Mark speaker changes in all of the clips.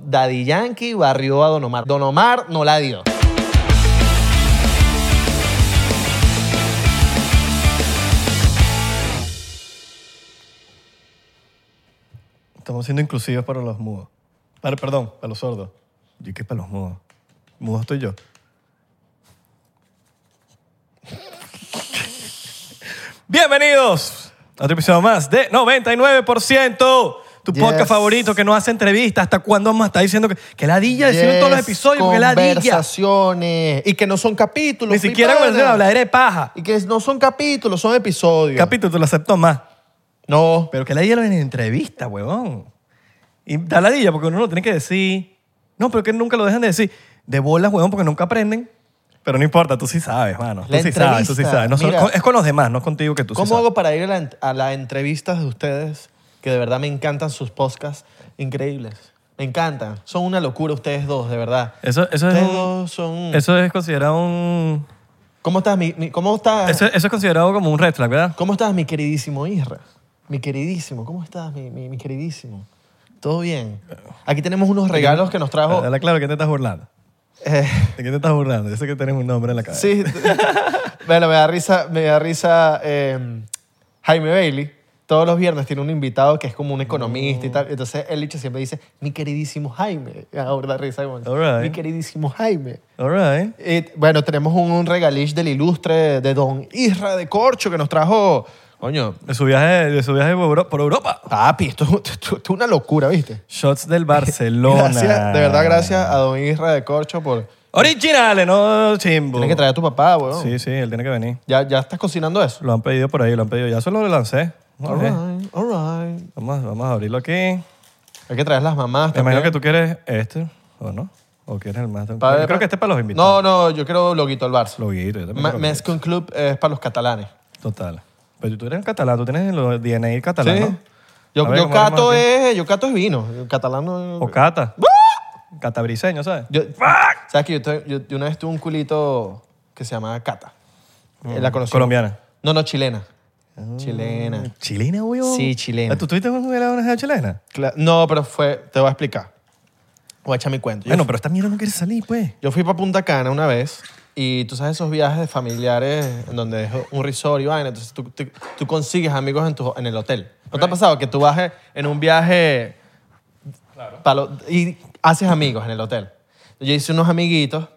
Speaker 1: Daddy Yankee barrió a Don Omar. Don Omar no la dio.
Speaker 2: Estamos siendo inclusivos para los mudos. Para- perdón, para los sordos. Yo que para los mudos. Mudo estoy yo. Bienvenidos a otro episodio más de 99%. Tu
Speaker 1: Yes.
Speaker 2: podcast favorito que no hace entrevistas. ¿Hasta cuándo vamos a estar diciendo que, que ladilla decirlo en todos los
Speaker 1: Yes,
Speaker 2: episodios? Porque ladilla.
Speaker 1: Conversaciones. Y que no son capítulos. mi
Speaker 2: Ni siquiera
Speaker 1: pana.
Speaker 2: con la habladera de paja.
Speaker 1: Y que no son capítulos, son episodios.
Speaker 2: Capítulo, te lo acepto más.
Speaker 1: no.
Speaker 2: Pero que ladilla lo en entrevista, huevón. Y da ladilla porque uno lo tiene que decir. No, pero que nunca lo dejan de decir. De bolas, huevón, porque nunca aprenden. Pero no importa, tú sí sabes, mano. Tú
Speaker 1: La
Speaker 2: sí sabes, tú sí
Speaker 1: entrevista,
Speaker 2: sabes. No son-
Speaker 1: mira.
Speaker 2: con- es con los demás, no es contigo que tú sí
Speaker 1: ¿Cómo
Speaker 2: sabes.
Speaker 1: hago para ir a las entrevistas de ustedes? Que de verdad me encantan sus podcasts increíbles. Me encantan. Son una locura ustedes dos, de verdad.
Speaker 2: Eso, eso, es
Speaker 1: Ustedes
Speaker 2: un-
Speaker 1: dos son...
Speaker 2: eso es considerado un...
Speaker 1: ¿Cómo estás, mi, mi- cómo estás?
Speaker 2: Eso, eso es considerado como un red flag, ¿verdad?
Speaker 1: ¿Cómo estás, mi queridísimo Isra? Mi queridísimo, ¿cómo estás, mi, mi- mi queridísimo? ¿Todo bien? Aquí tenemos unos regalos que nos trajo...
Speaker 2: Dale claro, ¿de ¿quién te estás burlando?
Speaker 1: eh,
Speaker 2: ¿De quién te estás burlando? Yo sé que tienes un nombre en la cabeza.
Speaker 1: sí. bueno, me da risa, me da risa eh, Jaime Bailey. Todos los viernes tiene un invitado que es como un economista y
Speaker 2: Mm.
Speaker 1: tal. Entonces el dicho siempre dice, mi queridísimo Jaime. Ahora da risa. como,
Speaker 2: All right.
Speaker 1: Mi queridísimo Jaime.
Speaker 2: All right.
Speaker 1: Y, bueno, tenemos un, un regalish del ilustre de Don Isra de Corcho que nos trajo... Coño,
Speaker 2: De su viaje, de su viaje por Euro- por Europa.
Speaker 1: Papi, esto, es- esto- esto es una locura, ¿viste?
Speaker 2: Shots del Barcelona.
Speaker 1: Gracias, de verdad, gracias a Don Isra de Corcho por...
Speaker 2: Originales, no chimbo.
Speaker 1: Tienes que traer a tu papá, weón.
Speaker 2: Sí, sí, él tiene que venir.
Speaker 1: Ya, ya estás cocinando eso.
Speaker 2: Lo han pedido por ahí, lo han pedido. Ya solo lo lancé.
Speaker 1: All
Speaker 2: Ok.
Speaker 1: right, all right.
Speaker 2: Vamos, vamos a abrirlo aquí. Me
Speaker 1: Hay que traer las mamás
Speaker 2: imagino
Speaker 1: también.
Speaker 2: que tú quieres este, ¿o no? ¿O quieres el más?
Speaker 1: Pa-
Speaker 2: Yo creo que este es para los invitados.
Speaker 1: No, no, yo quiero Loguito al Barça.
Speaker 2: Loguito, yo también
Speaker 1: Ma-
Speaker 2: creo que-
Speaker 1: Mezcon Club es para los catalanes.
Speaker 2: Total. Pero tú eres catalán, tú tienes los DNA catalán, ¿no?
Speaker 1: Yo,
Speaker 2: A ver,
Speaker 1: yo
Speaker 2: ¿cómo vamos
Speaker 1: cato
Speaker 2: aquí?
Speaker 1: es, yo cato es vino. El catalano...
Speaker 2: O cata. Catabriseño, ¿sabes?
Speaker 1: Yo, ¿Sabes que yo, te- yo- yo una vez tuve un culito que se llamaba Cata?
Speaker 2: Mm.
Speaker 1: Eh, La conocí.
Speaker 2: Colombiana.
Speaker 1: No, no, chilena.
Speaker 2: Ah,
Speaker 1: Chilena.
Speaker 2: ¿Chilena, huevón?
Speaker 1: Sí, chilena.
Speaker 2: Ah, ¿Tú tuviste una una chilena?
Speaker 1: Cla- No, pero fue, te voy a explicar. Voy a echar mi cuento. Yo,
Speaker 2: Bueno, pero esta mierda no quiere salir, pues.
Speaker 1: yo fui para Punta Cana una vez y tú sabes esos viajes de familiares en donde es un resort y vaina, entonces tú, tú- tú consigues amigos en, tu- en el hotel. ¿No te ha pasado que tú vas en un viaje pa' lo- y haces amigos en el hotel? Yo hice unos amiguitos.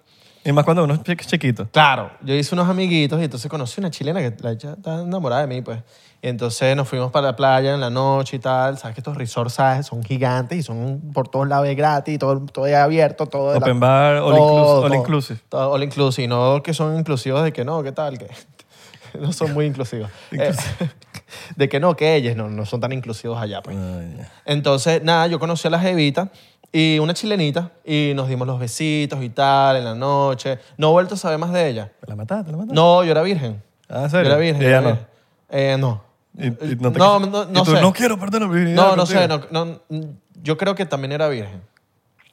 Speaker 2: Y más cuando uno es chi- chiquito.
Speaker 1: Claro, yo hice unos amiguitos y entonces conocí una chilena que la hecha estaba enamorada de mí, pues. Y entonces nos fuimos para la playa en la noche y tal. Sabes que estos resorts ¿sabes? son gigantes y son por todos lados es gratis, todo, todo es abierto, todo. es la-
Speaker 2: Open bar, all inclus- all inclusive.
Speaker 1: todo all inclusive. Y no que son inclusivos de que no, ¿qué tal? Que no son muy inclusivos. Eh, de que no, que ellos no, no son tan inclusivos allá, pues.
Speaker 2: Ay,
Speaker 1: Entonces, nada, yo conocí a la Jevita y una chilenita y nos dimos los besitos y tal en la noche. No he vuelto a saber más de ella.
Speaker 2: ¿La mataste? ¿La mataste?
Speaker 1: No, yo era virgen.
Speaker 2: Ah, ¿en serio?
Speaker 1: Yo era virgen.
Speaker 2: Y
Speaker 1: yo
Speaker 2: ella
Speaker 1: era
Speaker 2: no.
Speaker 1: virgen. Eh, no.
Speaker 2: Y- y no, te
Speaker 1: No,
Speaker 2: quise-
Speaker 1: no-
Speaker 2: y
Speaker 1: no
Speaker 2: tú,
Speaker 1: sé.
Speaker 2: no quiero perder la oportunidad
Speaker 1: No, no
Speaker 2: contigo.
Speaker 1: sé. No, no, yo creo que también era virgen.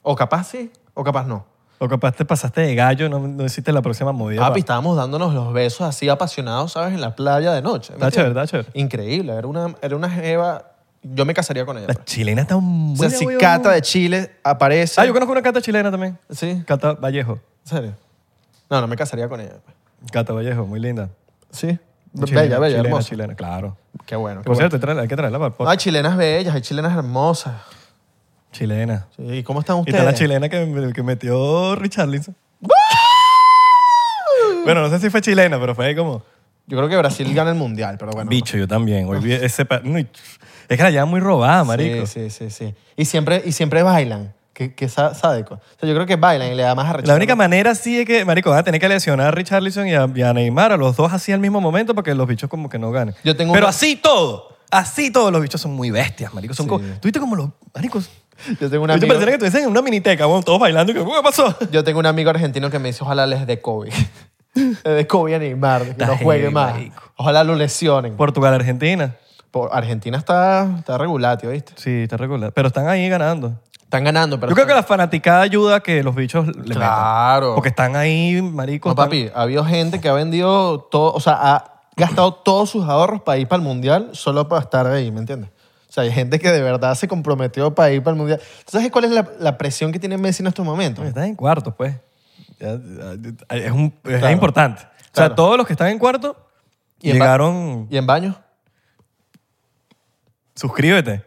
Speaker 1: O capaz sí, o capaz no.
Speaker 2: O capaz te pasaste de gallo, no, no hiciste la próxima movida.
Speaker 1: Papi,
Speaker 2: pa.
Speaker 1: estábamos dándonos los besos así apasionados, ¿sabes? En la playa de noche. ¿me
Speaker 2: Está
Speaker 1: entiendes?
Speaker 2: chévere, está chévere.
Speaker 1: Increíble. Era una, era una jeva... Yo me casaría con ella.
Speaker 2: La
Speaker 1: pues.
Speaker 2: chilena está un...
Speaker 1: O sea, si Cata de Chile aparece...
Speaker 2: Ah, yo conozco una cata chilena también.
Speaker 1: ¿Sí? ¿En
Speaker 2: Cata Vallejo.
Speaker 1: serio? No, no me casaría con ella. pues.
Speaker 2: Cata Vallejo, muy linda.
Speaker 1: ¿Sí?
Speaker 2: Chilena,
Speaker 1: bella, bella,
Speaker 2: chilena,
Speaker 1: hermosa.
Speaker 2: chilena, claro.
Speaker 1: Qué bueno. qué
Speaker 2: Por
Speaker 1: bueno.
Speaker 2: cierto, trae- hay que traerla para el
Speaker 1: No,
Speaker 2: podcast.
Speaker 1: hay chilenas bellas, hay chilenas hermosas.
Speaker 2: Chilena.
Speaker 1: Sí, ¿Y cómo están
Speaker 2: Y
Speaker 1: ustedes?
Speaker 2: está la chilena que, que metió Richarlison. bueno, no sé si fue chilena, pero fue ahí como...
Speaker 1: Yo creo que Brasil gana el mundial, pero bueno.
Speaker 2: Bicho, yo también. Olvidé ese pa- Uy, Es que la llevan muy robada, marico.
Speaker 1: Sí, sí, sí, sí. Y siempre, y siempre bailan. Que, que sa- sádico. O sea, yo creo que bailan y le da más arrecho.
Speaker 2: La única manera sí es que, marico, van a tener que lesionar a Richarlison y a, y a Neymar, a los dos así al mismo momento, porque los bichos como que no ganen.
Speaker 1: Yo tengo
Speaker 2: Pero
Speaker 1: una-
Speaker 2: así todo, así todos los bichos son muy bestias, marico. Son
Speaker 1: Sí.
Speaker 2: como, tú viste como los, maricos,
Speaker 1: Yo tengo un
Speaker 2: yo te
Speaker 1: amigo,
Speaker 2: pareciera que estuviesen en una miniteca, bueno, todos bailando y que, ¿qué pasó?
Speaker 1: yo tengo un amigo argentino que me dice, ojalá les dé COVID. les dé COVID a Neymar, que
Speaker 2: Está
Speaker 1: no juegue
Speaker 2: heavy,
Speaker 1: más.
Speaker 2: marico.
Speaker 1: Ojalá lo lesionen.
Speaker 2: Portugal, Argentina.
Speaker 1: Por- Argentina está, está regular, tío, ¿viste?
Speaker 2: Sí, está regular. Pero están ahí ganando.
Speaker 1: Están ganando, pero...
Speaker 2: yo creo que la fanaticada ayuda a que los bichos le metan.
Speaker 1: Claro.
Speaker 2: Porque están ahí, marico.
Speaker 1: No,
Speaker 2: están-
Speaker 1: papi, ha habido gente que ha vendido todo, o sea, ha gastado todos sus ahorros para ir para el mundial solo para estar ahí, ¿me entiendes? O O sea, hay gente que de verdad se comprometió para ir para el Mundial. ¿Tú sabes cuál es la, la presión que tiene Messi en estos momentos?
Speaker 2: Estás en cuartos, pues. Ya, ya, es, un- es
Speaker 1: Claro.
Speaker 2: importante. O sea,
Speaker 1: Claro.
Speaker 2: todos los que están en cuartos
Speaker 1: Y en ba-
Speaker 2: llegaron.
Speaker 1: ¿Y en baños?
Speaker 2: Suscríbete.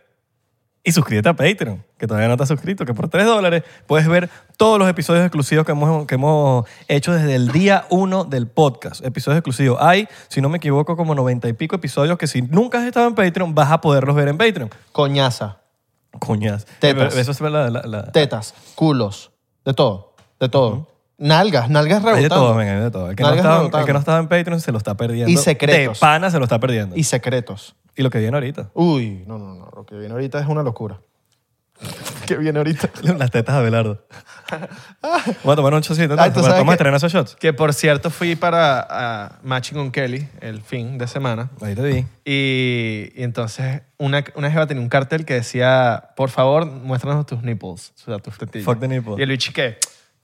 Speaker 2: Y suscríbete a Patreon, que todavía no te has suscrito, que por 3 dólares puedes ver todos los episodios exclusivos que hemos, que hemos hecho desde el día 1 del podcast. Episodios exclusivos. Hay, si no me equivoco, como 90 y pico episodios que si nunca has estado en Patreon, vas a poderlos ver en Patreon.
Speaker 1: Coñaza,
Speaker 2: Coñas.
Speaker 1: Tetas.
Speaker 2: Eh, Eso es la... la- la-
Speaker 1: tetas, culos, de todo, de todo. Nalgas, nalgas
Speaker 2: Hay de todo,
Speaker 1: rebotando.
Speaker 2: venga, hay de todo. El que, no
Speaker 1: Nalgas
Speaker 2: estaba,
Speaker 1: rebotando.
Speaker 2: el que no estaba en Patreon se lo está perdiendo.
Speaker 1: Y secretos.
Speaker 2: De pana se lo está perdiendo.
Speaker 1: Y
Speaker 2: Y,
Speaker 1: secretos.
Speaker 2: lo que viene ahorita.
Speaker 1: Uy, no, no, no. Lo que viene ahorita es una locura. ¿Qué viene ahorita?
Speaker 2: Las tetas de Abelardo. Vamos a tomar un chocito.
Speaker 1: Ay, tú
Speaker 2: entonces.
Speaker 1: sabes
Speaker 2: Vamos a
Speaker 1: que-
Speaker 2: estrenar esos shots.
Speaker 1: Que por cierto fui para a Matching con Kelly el fin de semana.
Speaker 2: Ahí te di.
Speaker 1: Y, y entonces una, una jeva tenía un cartel que decía, por favor, muéstranos tus nipples, o sea, tus tetillas.
Speaker 2: Fuck the nipple.
Speaker 1: Y el bicho que,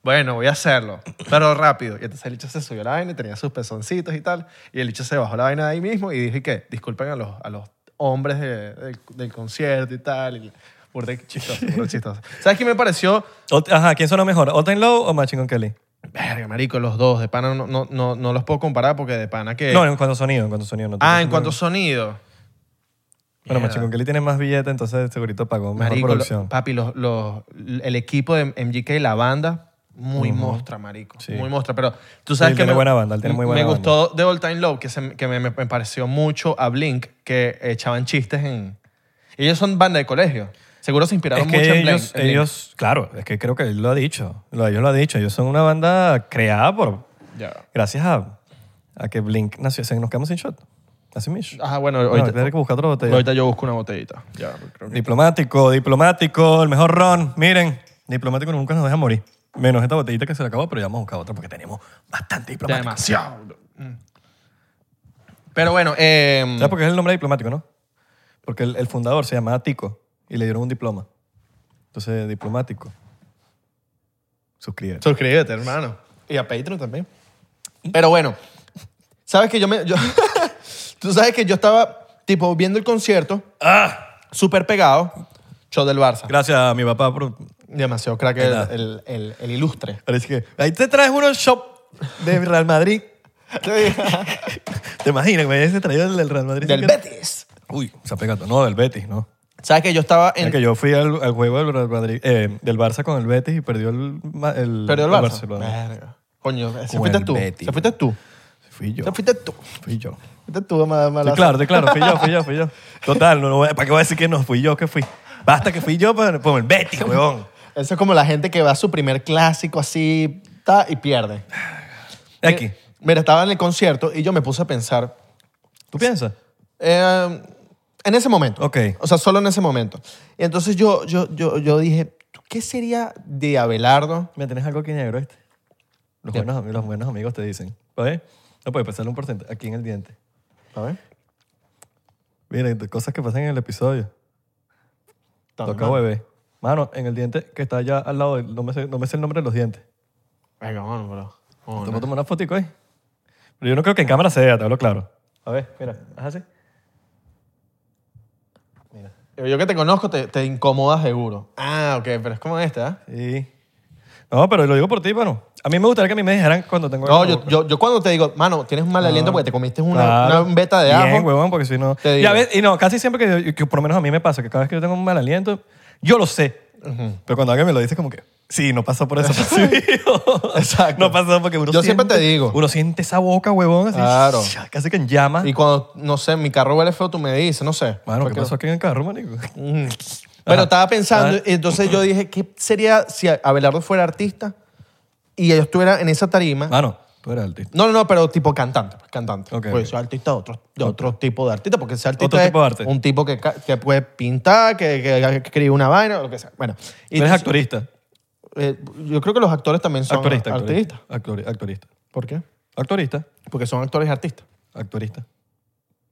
Speaker 1: bueno, voy a hacerlo, pero rápido. Y entonces el bicho se subió la vaina y tenía sus pezoncitos y tal. Y el bicho se bajó la vaina de ahí mismo y dije que, disculpen a los, a los hombres de- del- del concierto y tal. Y, burda de chistoso, burda de chistoso. ¿Sabes qué me pareció?
Speaker 2: Ot- Ajá, ¿quién sonó mejor? ¿Otten Low o Machine con Kelly?
Speaker 1: Verga, marico, los dos. De pana no, no, no, no los puedo comparar porque de pana que...
Speaker 2: No, en cuanto a sonido, en cuanto a sonido. No te
Speaker 1: ah,
Speaker 2: estoy
Speaker 1: en cuanto a sonido.
Speaker 2: diciendo- Bueno,
Speaker 1: Mierda.
Speaker 2: Machine con Kelly tiene más billete, entonces segurito pagó mejor
Speaker 1: Marico,
Speaker 2: producción.
Speaker 1: lo- papi, los, los- el equipo de MGK, la banda, muy mostra, marico.
Speaker 2: Sí.
Speaker 1: Muy mostra. Pero tú sabes
Speaker 2: él
Speaker 1: que
Speaker 2: tiene buena banda, él tiene muy buena
Speaker 1: me
Speaker 2: banda.
Speaker 1: gustó The All Time Low, que, se- que me, me- me pareció mucho a Blink, que echaban chistes en... Ellos son banda de colegio. Seguro se inspiraron
Speaker 2: es que
Speaker 1: mucho en Blink.
Speaker 2: ellos,
Speaker 1: en Blink.
Speaker 2: ellos- claro, es que creo que él lo ha dicho. Lo- Ellos lo han dicho. Ellos son una banda creada por...
Speaker 1: Ya.
Speaker 2: Gracias a, a que Blink nació. Se nos quedamos sin shot. Así mismo.
Speaker 1: Ajá, bueno,
Speaker 2: Bueno,
Speaker 1: ahorita,
Speaker 2: tendré que buscar otra botella.
Speaker 1: ahorita yo busco una botellita. Ya, creo que-
Speaker 2: Diplomático, diplomático, el mejor ron. Miren, diplomático nunca nos deja morir. Menos esta botellita que se le acabó, pero ya vamos a buscar otra porque tenemos bastante diplomático.
Speaker 1: Demasiado. Mm. Pero bueno, eh,
Speaker 2: ¿Sabes por qué es el nombre diplomático, no? Porque el, el fundador se llamaba Tico y le dieron un diploma. Entonces, diplomático. Suscríbete.
Speaker 1: Suscríbete, hermano. Y a Patreon también. Pero bueno, sabes que yo me. yo- tú sabes que yo estaba, tipo, viendo el concierto,
Speaker 2: ¡Ah!
Speaker 1: súper pegado, show del Barça.
Speaker 2: Gracias a mi papá por...
Speaker 1: Demasiado crack el, el- el- el ilustre.
Speaker 2: Parece que... Ahí te traes uno shop de Real Madrid. ¿Te imaginas que me hayas traído el del Real Madrid?
Speaker 1: del Betis.
Speaker 2: Uy, se ha pegado. No, del Betis, no.
Speaker 1: Sabes que yo estaba
Speaker 2: Es
Speaker 1: en.
Speaker 2: que yo fui al, al juego del, Real Madrid- eh, del Barça con el Betis y perdió el, ma- el,
Speaker 1: Perdió el
Speaker 2: el
Speaker 1: Barça.
Speaker 2: Barcelona.
Speaker 1: Verga. Coño, se
Speaker 2: Con
Speaker 1: fuiste
Speaker 2: el
Speaker 1: tú.
Speaker 2: Betis,
Speaker 1: Se fuiste tú.
Speaker 2: Fui yo.
Speaker 1: Se fuiste tú.
Speaker 2: Fui yo.
Speaker 1: Fuiste tú, mala-
Speaker 2: Sí,
Speaker 1: mala-
Speaker 2: claro, sí, claro, fui yo, fui yo, fui yo. Total, no, no voy a- ¿para qué voy a decir que no? Fui yo que fui. Basta que fui yo por, por el Betis, huevón.
Speaker 1: Eso es como la gente que va a su primer clásico así ta, y pierde.
Speaker 2: Aquí.
Speaker 1: Mira, estaba en el concierto y yo me puse a pensar.
Speaker 2: ¿Tú piensas?
Speaker 1: Eh, en ese momento.
Speaker 2: Ok.
Speaker 1: O sea, solo en ese momento. Y entonces yo, yo, yo, yo dije, ¿qué sería de Abelardo?
Speaker 2: Mira, tienes algo que negro este. Los buenos, am- los buenos amigos te dicen. ¿Oye? No puede pasarle un porcentaje aquí en el diente.
Speaker 1: A ver.
Speaker 2: Mira, de cosas que pasan en el episodio. Toca
Speaker 1: huevo.
Speaker 2: bebé. Mano, en el diente que está allá al lado, del- no me sé, no me sé el nombre de los dientes.
Speaker 1: Venga, bueno, bro. Vamos,
Speaker 2: Te
Speaker 1: ¿no?
Speaker 2: puedo tomar una fotico ahí. Pero yo no creo que en cámara se vea, te hablo claro. A ver, mira, haz así. Mira.
Speaker 1: Yo que te conozco te, te incomoda seguro. Ah, ok, pero es como esta, ¿eh?
Speaker 2: Sí. No, pero lo digo por ti, mano. A mí me gustaría que a mí me dijeran cuando tengo...
Speaker 1: No, yo, yo, yo cuando te digo, mano, tienes un mal aliento porque te comiste una,
Speaker 2: Ah. Claro.
Speaker 1: una beta de
Speaker 2: Bien,
Speaker 1: ajo.
Speaker 2: huevón, porque si no...
Speaker 1: Te
Speaker 2: Y, a
Speaker 1: digo.
Speaker 2: veces- y no, casi siempre que, yo- que por lo menos a mí me pasa, que cada vez que yo tengo un mal aliento, yo lo sé. Pero cuando alguien me lo dice, como que... Sí, no pasó por eso.
Speaker 1: Exacto.
Speaker 2: Exacto. No pasó porque uno
Speaker 1: Yo siempre
Speaker 2: siente-
Speaker 1: te digo.
Speaker 2: Uno siente esa boca, huevón, así.
Speaker 1: Claro.
Speaker 2: Casi que en llamas.
Speaker 1: Y cuando, no sé, mi carro huele feo, tú me dices, no sé.
Speaker 2: Mano, ¿qué
Speaker 1: Porque-
Speaker 2: pasó aquí en el carro, manico?
Speaker 1: Pero
Speaker 2: Ajá.
Speaker 1: Mm. estaba pensando, y entonces yo dije, ¿qué sería si Abelardo fuera artista y yo estuviera en esa tarima?
Speaker 2: Mano, tú eras artista.
Speaker 1: No, no, no, pero tipo cantante, pues, cantante.
Speaker 2: Ah. Ok,
Speaker 1: Pues
Speaker 2: ok.
Speaker 1: soy artista de otro, de otro tipo de artista, porque ese artista
Speaker 2: Otro
Speaker 1: es
Speaker 2: tipo de arte.
Speaker 1: un tipo que, ca- que puede pintar, que, que, que escribe una vaina, o lo que sea. Bueno, y
Speaker 2: Tú eres
Speaker 1: entonces,
Speaker 2: actorista.
Speaker 1: eh, yo creo que los actores también son
Speaker 2: Actorista.
Speaker 1: artistas.
Speaker 2: Actorista. Actori- Actorista.
Speaker 1: ¿Por qué?
Speaker 2: Actorista.
Speaker 1: Porque son actores y artistas.
Speaker 2: Actorista.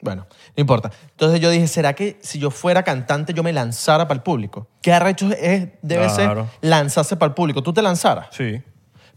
Speaker 1: Bueno, no importa. Entonces yo dije, ¿será que si yo fuera cantante yo me lanzara para el público? ¿Qué arrecho es, debe ser
Speaker 2: Claro.
Speaker 1: lanzarse para el público? ¿Tú te lanzaras?
Speaker 2: Sí.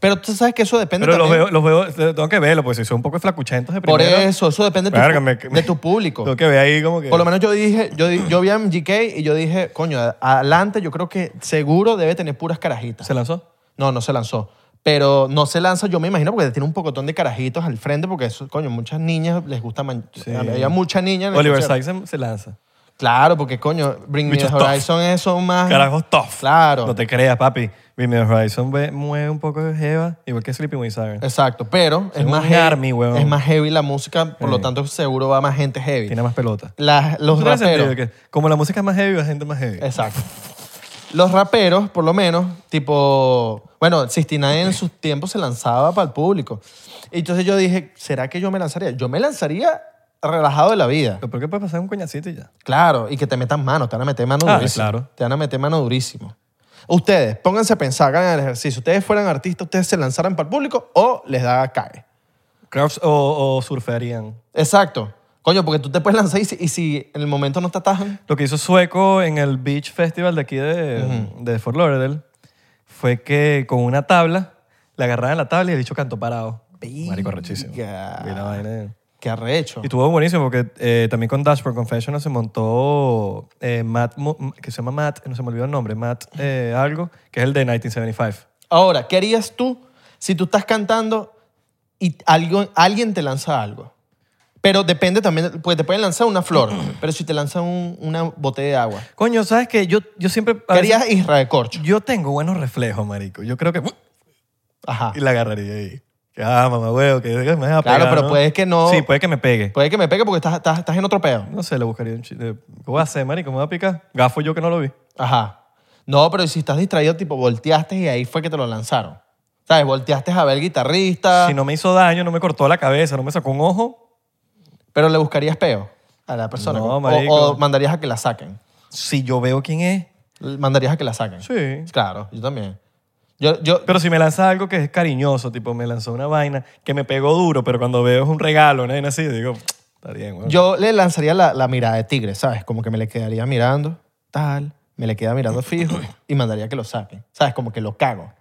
Speaker 1: Pero tú sabes que eso depende
Speaker 2: Pero los
Speaker 1: también.
Speaker 2: veo, los veo, tengo que verlo, porque si son un poco flacuchentos de
Speaker 1: Por
Speaker 2: primero.
Speaker 1: eso, eso depende de tu,
Speaker 2: Verga,
Speaker 1: pu-
Speaker 2: me-
Speaker 1: de tu público.
Speaker 2: Tengo que ver ahí como que.
Speaker 1: Por lo menos yo dije, yo, di- yo vi a MGK y yo dije, coño, a- adelante yo creo que seguro debe tener puras carajitas.
Speaker 2: ¿Se lanzó?
Speaker 1: No, no se lanzó. Pero no se lanza, yo me imagino, porque tiene un pocotón de carajitos al frente, porque eso, coño, muchas niñas les gusta. man-
Speaker 2: Sí.
Speaker 1: Había muchas niñas. en el
Speaker 2: Oliver
Speaker 1: concierto.
Speaker 2: Sykes se, se lanza.
Speaker 1: Claro, porque coño, Bring Me
Speaker 2: Bichos
Speaker 1: the
Speaker 2: tough.
Speaker 1: Horizon eso más.
Speaker 2: Carajos tough.
Speaker 1: Claro.
Speaker 2: No te creas, papi. Jimmy Horizon ve- mueve un poco de Jeva, igual que Sleeping with Sirens.
Speaker 1: Exacto, pero es
Speaker 2: un
Speaker 1: más, heavy,
Speaker 2: army, weón.
Speaker 1: es más heavy la música, por lo
Speaker 2: Sí.
Speaker 1: tanto seguro va más gente heavy.
Speaker 2: Tiene más pelota.
Speaker 1: Las- los
Speaker 2: Eso tiene sentido,
Speaker 1: raperos.
Speaker 2: que como la música es más heavy, la gente es más heavy.
Speaker 1: Exacto. Los raperos, por lo menos, tipo, bueno, Sistina en sus tiempos se lanzaba para el público. Y entonces yo dije, ¿será que yo me lanzaría? Yo me lanzaría relajado de la vida.
Speaker 2: Pero ¿por qué puede pasar un coñacito y ya?
Speaker 1: Claro, y que te metan mano, te van a meter mano
Speaker 2: Ah,
Speaker 1: durísimo.
Speaker 2: claro.
Speaker 1: Te van a meter mano durísimo. Ustedes, pónganse a pensar, hagan el ejercicio. Ustedes fueran artistas, ustedes se lanzaran para el público o les da cae.
Speaker 2: Crafts o, o surferían.
Speaker 1: Exacto. Coño, porque tú te puedes lanzar y si, y si en el momento no te atajan.
Speaker 2: Lo que hizo Sueco en el Beach Festival de aquí de, de Fort Lauderdale fue que con una tabla, le agarraban la tabla y el bicho cantó parado. Marico arrechísimo.
Speaker 1: Venga.
Speaker 2: Vi la vaina.
Speaker 1: Qué arrecho.
Speaker 2: Y estuvo buenísimo porque eh, también con Dashboard Confessional se montó eh, Matt, Mo- que se llama Matt, no se me olvidó el nombre, Matt eh, algo, que es el de 1975.
Speaker 1: Ahora, ¿qué harías tú si tú estás cantando y algo, alguien te lanza algo? Pero depende también, porque te pueden lanzar una flor, pero si te lanzan un- una botella de agua.
Speaker 2: Coño, ¿sabes qué? Yo, yo siempre... a
Speaker 1: ¿Qué
Speaker 2: veces-
Speaker 1: harías Israel Corcho?
Speaker 2: Yo tengo buenos reflejos, marico. Yo creo que...
Speaker 1: Ajá.
Speaker 2: Y la agarraría ahí. Que, Ah, mamá, huevo, que me vas
Speaker 1: Claro,
Speaker 2: a pegar,
Speaker 1: pero puede que no-
Speaker 2: Sí, puede que me pegue.
Speaker 1: Puede que me pegue porque estás, estás, estás en otro pedo.
Speaker 2: No sé, le buscaría un chiste. ¿Qué voy a hacer, marico? ¿Me va a picar? Gafo yo que no lo vi.
Speaker 1: Ajá. No, pero si estás distraído, tipo, volteaste y ahí fue que te lo lanzaron. ¿Sabes? Volteaste a ver el guitarrista,
Speaker 2: Si no me hizo daño, no me cortó la cabeza, no me sacó un ojo.
Speaker 1: pero le buscarías peo a la persona.
Speaker 2: No,
Speaker 1: O-
Speaker 2: marico.
Speaker 1: o mandarías a que la saquen.
Speaker 2: Si yo veo quién es.
Speaker 1: Mandarías a que la saquen.
Speaker 2: Sí.
Speaker 1: Claro, yo también. Yo, yo,
Speaker 2: Pero si me lanza algo que es cariñoso, tipo me lanzó una vaina que me pegó duro, pero cuando veo es un regalo, ¿no? así, digo, está bien, güey.
Speaker 1: yo le lanzaría la, la mirada de tigre, ¿sabes? Como que me le quedaría mirando, tal, me le queda mirando fijo y mandaría que lo saquen. ¿Sabes? Como que lo cago.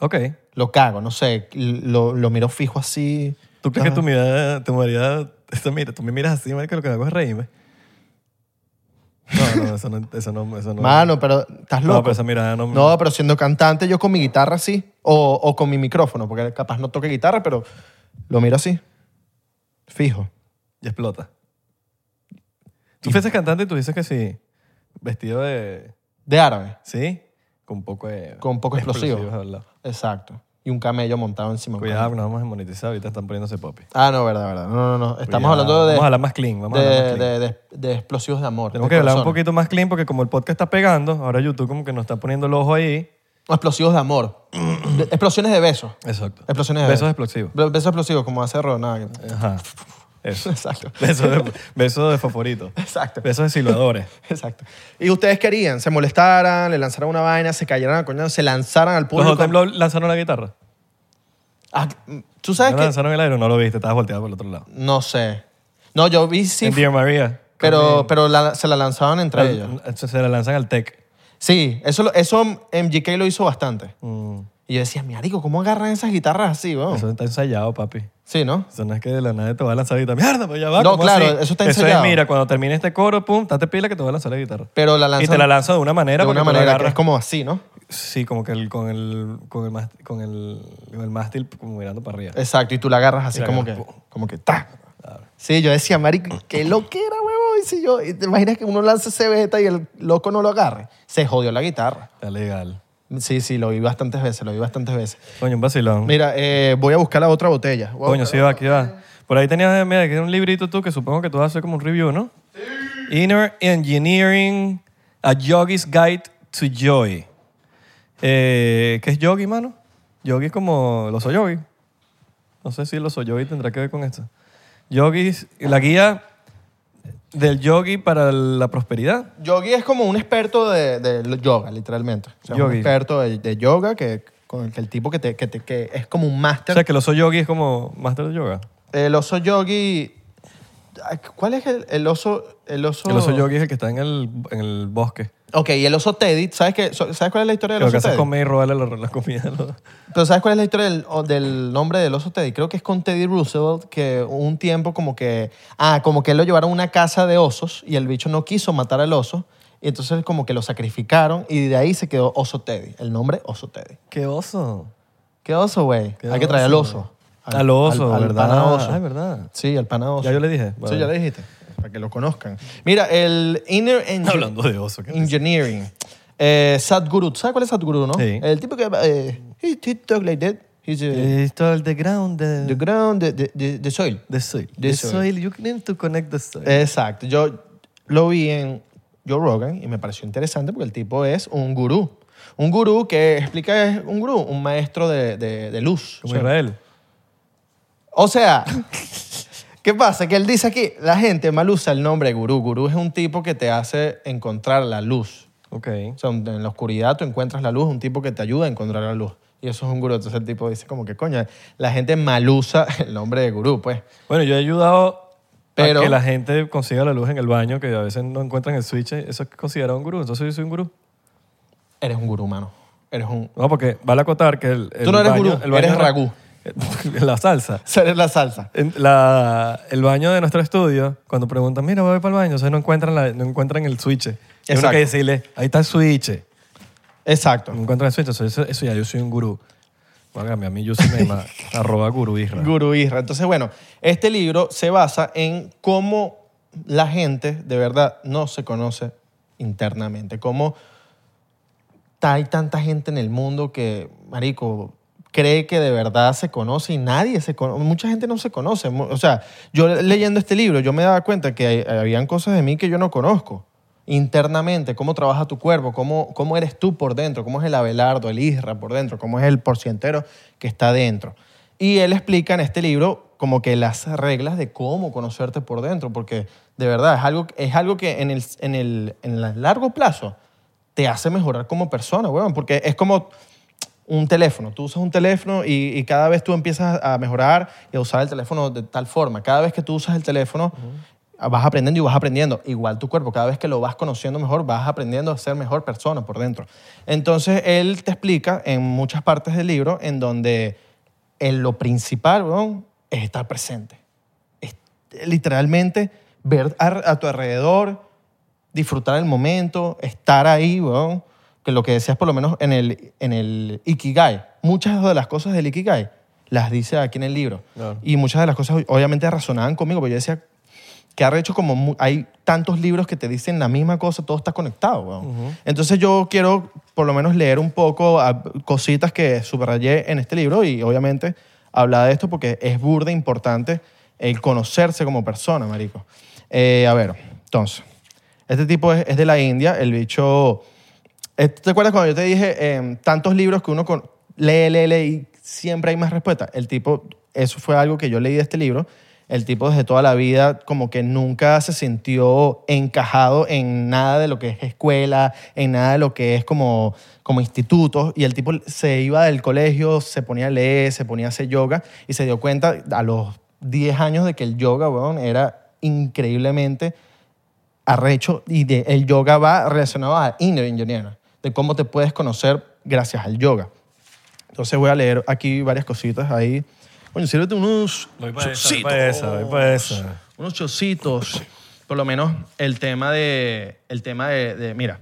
Speaker 2: Ok.
Speaker 1: Lo cago, no sé, lo, lo miro fijo así.
Speaker 2: ¿Tú crees que tu mirada, tu mirada, esto, mira, tú me miras así, marico, lo que hago es reírme? No, no, eso no, eso no, eso no.
Speaker 1: Mano, pero estás
Speaker 2: no,
Speaker 1: loco.
Speaker 2: pero esa mirada no.
Speaker 1: No, pero siendo cantante, yo con mi guitarra así, o, o con mi micrófono, porque capaz no toque guitarra, pero lo miro así, fijo.
Speaker 2: Y explota. Tú fuiste cantante y tú dices que sí, vestido de...
Speaker 1: De árabe,
Speaker 2: ¿Sí? Con un poco de...
Speaker 1: con un poco explosivo.
Speaker 2: explosivos al lado.
Speaker 1: Exacto. Y un camello montado encima. de un
Speaker 2: Cuidado, que nos vamos a monetizar. Ahorita están poniéndose popi.
Speaker 1: camello. Ah, no, verdad, verdad. No, no, no. Estamos
Speaker 2: Cuidado.
Speaker 1: hablando de,
Speaker 2: Vamos a hablar más clean. Vamos a hablar más
Speaker 1: de,
Speaker 2: clean.
Speaker 1: de- de- de explosivos de amor.
Speaker 2: Tenemos
Speaker 1: de
Speaker 2: que hablar un
Speaker 1: corazón.
Speaker 2: poquito más clean porque como el podcast está pegando, ahora YouTube como que nos está poniendo el ojo ahí.
Speaker 1: No, explosivos de amor. De- explosiones de besos.
Speaker 2: Exacto.
Speaker 1: Explosiones de
Speaker 2: Besos
Speaker 1: besos.
Speaker 2: explosivos.
Speaker 1: Be- Besos explosivos, como hace Ronald.
Speaker 2: Ajá. Eso.
Speaker 1: Exacto.
Speaker 2: Besos de, besos de favorito.
Speaker 1: Exacto.
Speaker 2: Besos de siluadores.
Speaker 1: Exacto. ¿Y ustedes querían? ¿Se molestaran? ¿Le lanzaran una vaina? ¿Se cayeran al coñazo? ¿Se lanzaran al
Speaker 2: ¿Los
Speaker 1: público?
Speaker 2: Hot Time Love lanzaron la guitarra?
Speaker 1: Ah, ¿Tú
Speaker 2: ¿No
Speaker 1: sabes que
Speaker 2: lanzaron el aire? o No lo viste, estabas volteado por el otro lado.
Speaker 1: No sé. No, yo vi sí,
Speaker 2: En Dear María.
Speaker 1: pero, pero la- se la lanzaban entre ellos.
Speaker 2: Se- Se la lanzan al tech.
Speaker 1: Sí, eso, lo- eso MGK lo hizo bastante.
Speaker 2: Mm.
Speaker 1: Y yo decía, marico, ¿cómo agarran esas guitarras así, weón?
Speaker 2: Eso está ensayado, papi.
Speaker 1: Sí, ¿no?
Speaker 2: Eso no es que de la nada te va a lanzar la guitarra. Mierda, pues ya va.
Speaker 1: No,
Speaker 2: ¿cómo
Speaker 1: claro,
Speaker 2: así?
Speaker 1: eso está ensayado.
Speaker 2: es, mira, cuando termine este coro, pum, date pila que te va a lanzar la guitarra.
Speaker 1: Pero la
Speaker 2: y
Speaker 1: lanzan
Speaker 2: te la lanza de una manera.
Speaker 1: de una
Speaker 2: porque tú la
Speaker 1: manera que
Speaker 2: agarras-
Speaker 1: es como así, ¿no?
Speaker 2: Sí, como que el- con, el, con, el mástil, con, el, con el mástil como mirando para arriba.
Speaker 1: Exacto, y tú la agarras así
Speaker 2: Y la
Speaker 1: como
Speaker 2: agarras,
Speaker 1: que, como que ta. Sí, yo decía, marico, qué loquera, huevón. Y si yo, y te imaginas que uno lanza ese beta y el loco no lo agarre. Se jodió la guitarra.
Speaker 2: Está legal.
Speaker 1: Sí, sí, lo vi bastantes veces, lo vi bastantes veces.
Speaker 2: Coño, un vacilón.
Speaker 1: Mira, eh, voy a buscar la otra botella. Voy a
Speaker 2: Coño, sí, va, aquí va. Por ahí tenías, eh, mira, que era un librito tú que supongo que tú vas a hacer como un review, ¿no? Sí. Inner Engineering, A Yogi's Guide to Joy. Eh, ¿Qué es yogi, mano? Yogi es como los yogi. No sé si los yogi tendrá que ver con esto. Yogis, la guía del yogi para la prosperidad.
Speaker 1: Yogi es como un experto de, de yoga, literalmente. O sea, un
Speaker 2: Yogi.
Speaker 1: experto de, de yoga que, con el, que el tipo que, te- que te- que es como un
Speaker 2: O
Speaker 1: máster.
Speaker 2: sea, que el oso yogi es como master de yoga.
Speaker 1: el oso yogi ¿Cuál es el, el oso? El oso,
Speaker 2: El oso yogi es el que está en el, en el bosque.
Speaker 1: Ok, y el oso Teddy, ¿sabes, qué? So- ¿sabes cuál es la historia
Speaker 2: Que
Speaker 1: del
Speaker 2: Lo que
Speaker 1: oso
Speaker 2: hace es
Speaker 1: Teddy?
Speaker 2: comer y robarle la, la comida. a los-
Speaker 1: Pero ¿sabes cuál es la historia del, o- del nombre del oso Teddy? Creo que es con Teddy Roosevelt, que hubo un tiempo como que... Ah, como que él lo llevaron a una casa de osos y el bicho no quiso matar al oso. Y entonces como que lo sacrificaron y de ahí se quedó oso Teddy. El nombre oso Teddy.
Speaker 2: ¡Qué oso!
Speaker 1: ¿Qué oso, güey?
Speaker 2: Qué
Speaker 1: Hay que traer al
Speaker 2: oso,
Speaker 1: oso.
Speaker 2: Al, oso,
Speaker 1: al- al
Speaker 2: ¿verdad?
Speaker 1: pana oso.
Speaker 2: Ay, ¿verdad?
Speaker 1: Sí, al pana oso.
Speaker 2: Ya yo le dije. Vale.
Speaker 1: Sí, ya le dijiste. Para que lo conozcan. Mira, el Inner Engine-
Speaker 2: Hablando de oso. ¿qué pasa?
Speaker 1: Engineering. Eh, Sadhguru. ¿Tú ¿Sabes cuál es Sadhguru, no?
Speaker 2: Sí. Eh.
Speaker 1: El tipo que... eh, he, he talk like that. He's a-
Speaker 2: Esto es el de ground,
Speaker 1: The
Speaker 2: de
Speaker 1: ground, the, the, the, the soil.
Speaker 2: the soil.
Speaker 1: The
Speaker 2: The
Speaker 1: soil.
Speaker 2: soil, Eh, you need to connect the soil.
Speaker 1: Exacto. Yo lo vi en Joe Rogan y me pareció interesante porque el tipo es un gurú. Un gurú que explica es un gurú, un maestro de, de- de luz.
Speaker 2: Como Israel.
Speaker 1: O sea, ¿qué pasa? Que él dice aquí, la gente mal usa el nombre gurú. Gurú es un tipo que te hace encontrar la luz.
Speaker 2: Ok.
Speaker 1: O sea, en la oscuridad tú encuentras la luz, un tipo que te ayuda a encontrar la luz. Y eso es un gurú. Entonces el tipo dice como que, coño, la gente mal usa el nombre de gurú, pues.
Speaker 2: Bueno, yo he ayudado
Speaker 1: Pero-
Speaker 2: a que la gente consiga la luz en el baño, que a veces no encuentran el switch. Eso es considerado un gurú. Entonces yo soy un gurú.
Speaker 1: Eres un gurú, mano. Eres un,
Speaker 2: No, porque vale acotar que el, el
Speaker 1: no eres
Speaker 2: baño,
Speaker 1: gurú,
Speaker 2: el baño
Speaker 1: eres
Speaker 2: ra-
Speaker 1: ragú.
Speaker 2: La salsa.
Speaker 1: Sale la salsa.
Speaker 2: En la- el baño de nuestro estudio, cuando preguntan, mira, voy para el baño, o sea, no encuentran, la- no encuentran el switch. Y uno
Speaker 1: Exacto.
Speaker 2: que decirle, ahí está el switch.
Speaker 1: Exacto.
Speaker 2: No encuentran el switch, entonces eso, eso ya yo soy un gurú. Vágame, a mí yo soy mi ma- arroba gurú isra.
Speaker 1: Gurú Isra. Entonces, bueno, este libro se basa en cómo la gente de verdad no se conoce internamente. Cómo ta- hay tanta gente en el mundo que, marico, cree que de verdad se conoce y nadie se conoce. Mucha gente no se conoce. Mu- O sea, yo leyendo este libro, yo me daba cuenta que hay- habían cosas de mí que yo no conozco internamente, cómo trabaja tu cuerpo, cómo, cómo eres tú por dentro, cómo es el Abelardo, el Isra por dentro, cómo es el porcientero que está dentro. Y él explica en este libro como que las reglas de cómo conocerte por dentro, porque de verdad es algo, es algo que en el, en el, en el largo plazo te hace mejorar como persona, weón, porque es como un teléfono. Tú usas un teléfono y, y cada vez tú empiezas a mejorar y a usar el teléfono de tal forma. Cada vez que tú usas el teléfono, vas aprendiendo y vas aprendiendo. Igual tu cuerpo, cada vez que lo vas conociendo mejor, vas aprendiendo a ser mejor persona por dentro. Entonces, él te explica en muchas partes del libro en donde en lo principal, weón, es estar presente. Es literalmente ver a, a tu alrededor, disfrutar el momento, estar ahí, weón. Que lo que decías por lo menos en el, en el Ikigai. Muchas de las cosas del Ikigai las dice aquí en el libro.
Speaker 2: Claro.
Speaker 1: Y muchas de las cosas obviamente resonaban conmigo, porque yo decía que ha hecho como mu- hay tantos libros que te dicen la misma cosa, todo está conectado, weón. Entonces yo quiero por lo menos leer un poco ah, cositas que subrayé en este libro y obviamente hablar de esto porque es burda importante el conocerse como persona, marico. Eh, a ver, entonces, este tipo es, es de la India, el bicho... Eh, ¿Te acuerdas cuando yo te dije em, tantos libros que uno con, lee, lee, lee y siempre hay más respuestas? El tipo, eso fue algo que yo leí de este libro. El tipo desde toda la vida como que nunca se sintió encajado en nada de lo que es escuela, en nada de lo que es como, como institutos. Y el tipo se iba del colegio, se ponía a leer, se ponía a hacer yoga y se dio cuenta a los 10 años de que el yoga, weón, era increíblemente arrecho y de, el yoga va relacionado a inner engineering, de cómo te puedes conocer gracias al yoga. Entonces voy a leer aquí varias cositas ahí. Coño, sírvete unos
Speaker 2: Voy pa' esa, voy
Speaker 1: chocitos.
Speaker 2: pa' esa, voy pa' esa.
Speaker 1: Unos chocitos. Por lo menos el tema de... El tema de, de- mira.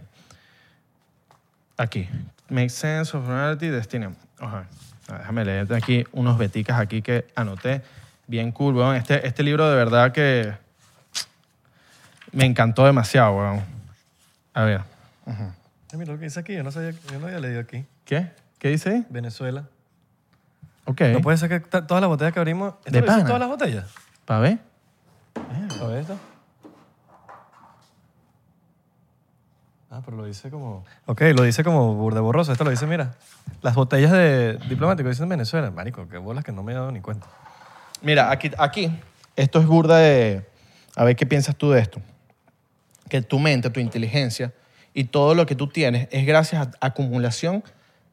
Speaker 1: Aquí. Make sense of reality, destiny. Ajá. Ah, Déjame leerte aquí unos beticas aquí que anoté. Bien cool, weón. Este, este libro de verdad que... Me encantó demasiado, weón. A ver.
Speaker 2: Ay, mira lo que dice aquí, yo no, sabía, yo no había leído aquí.
Speaker 1: ¿Qué? ¿Qué dice ahí?
Speaker 2: Venezuela.
Speaker 1: Ok.
Speaker 2: No puede ser que ta- todas las botellas que abrimos... ¿esto
Speaker 1: De
Speaker 2: lo hizo
Speaker 1: pana.
Speaker 2: todas las botellas?
Speaker 1: ¿Para ver?
Speaker 2: A ver esto. Ah, pero lo dice como... Ok, lo dice como burda borroso. Esto lo dice, mira. Las botellas de diplomático dicen Venezuela. Marico, qué bolas que no me he dado ni cuenta.
Speaker 1: Mira, aquí, aquí, esto es burda de... A ver qué piensas tú de esto. Que tu mente, tu inteligencia y todo lo que tú tienes es gracias a acumulación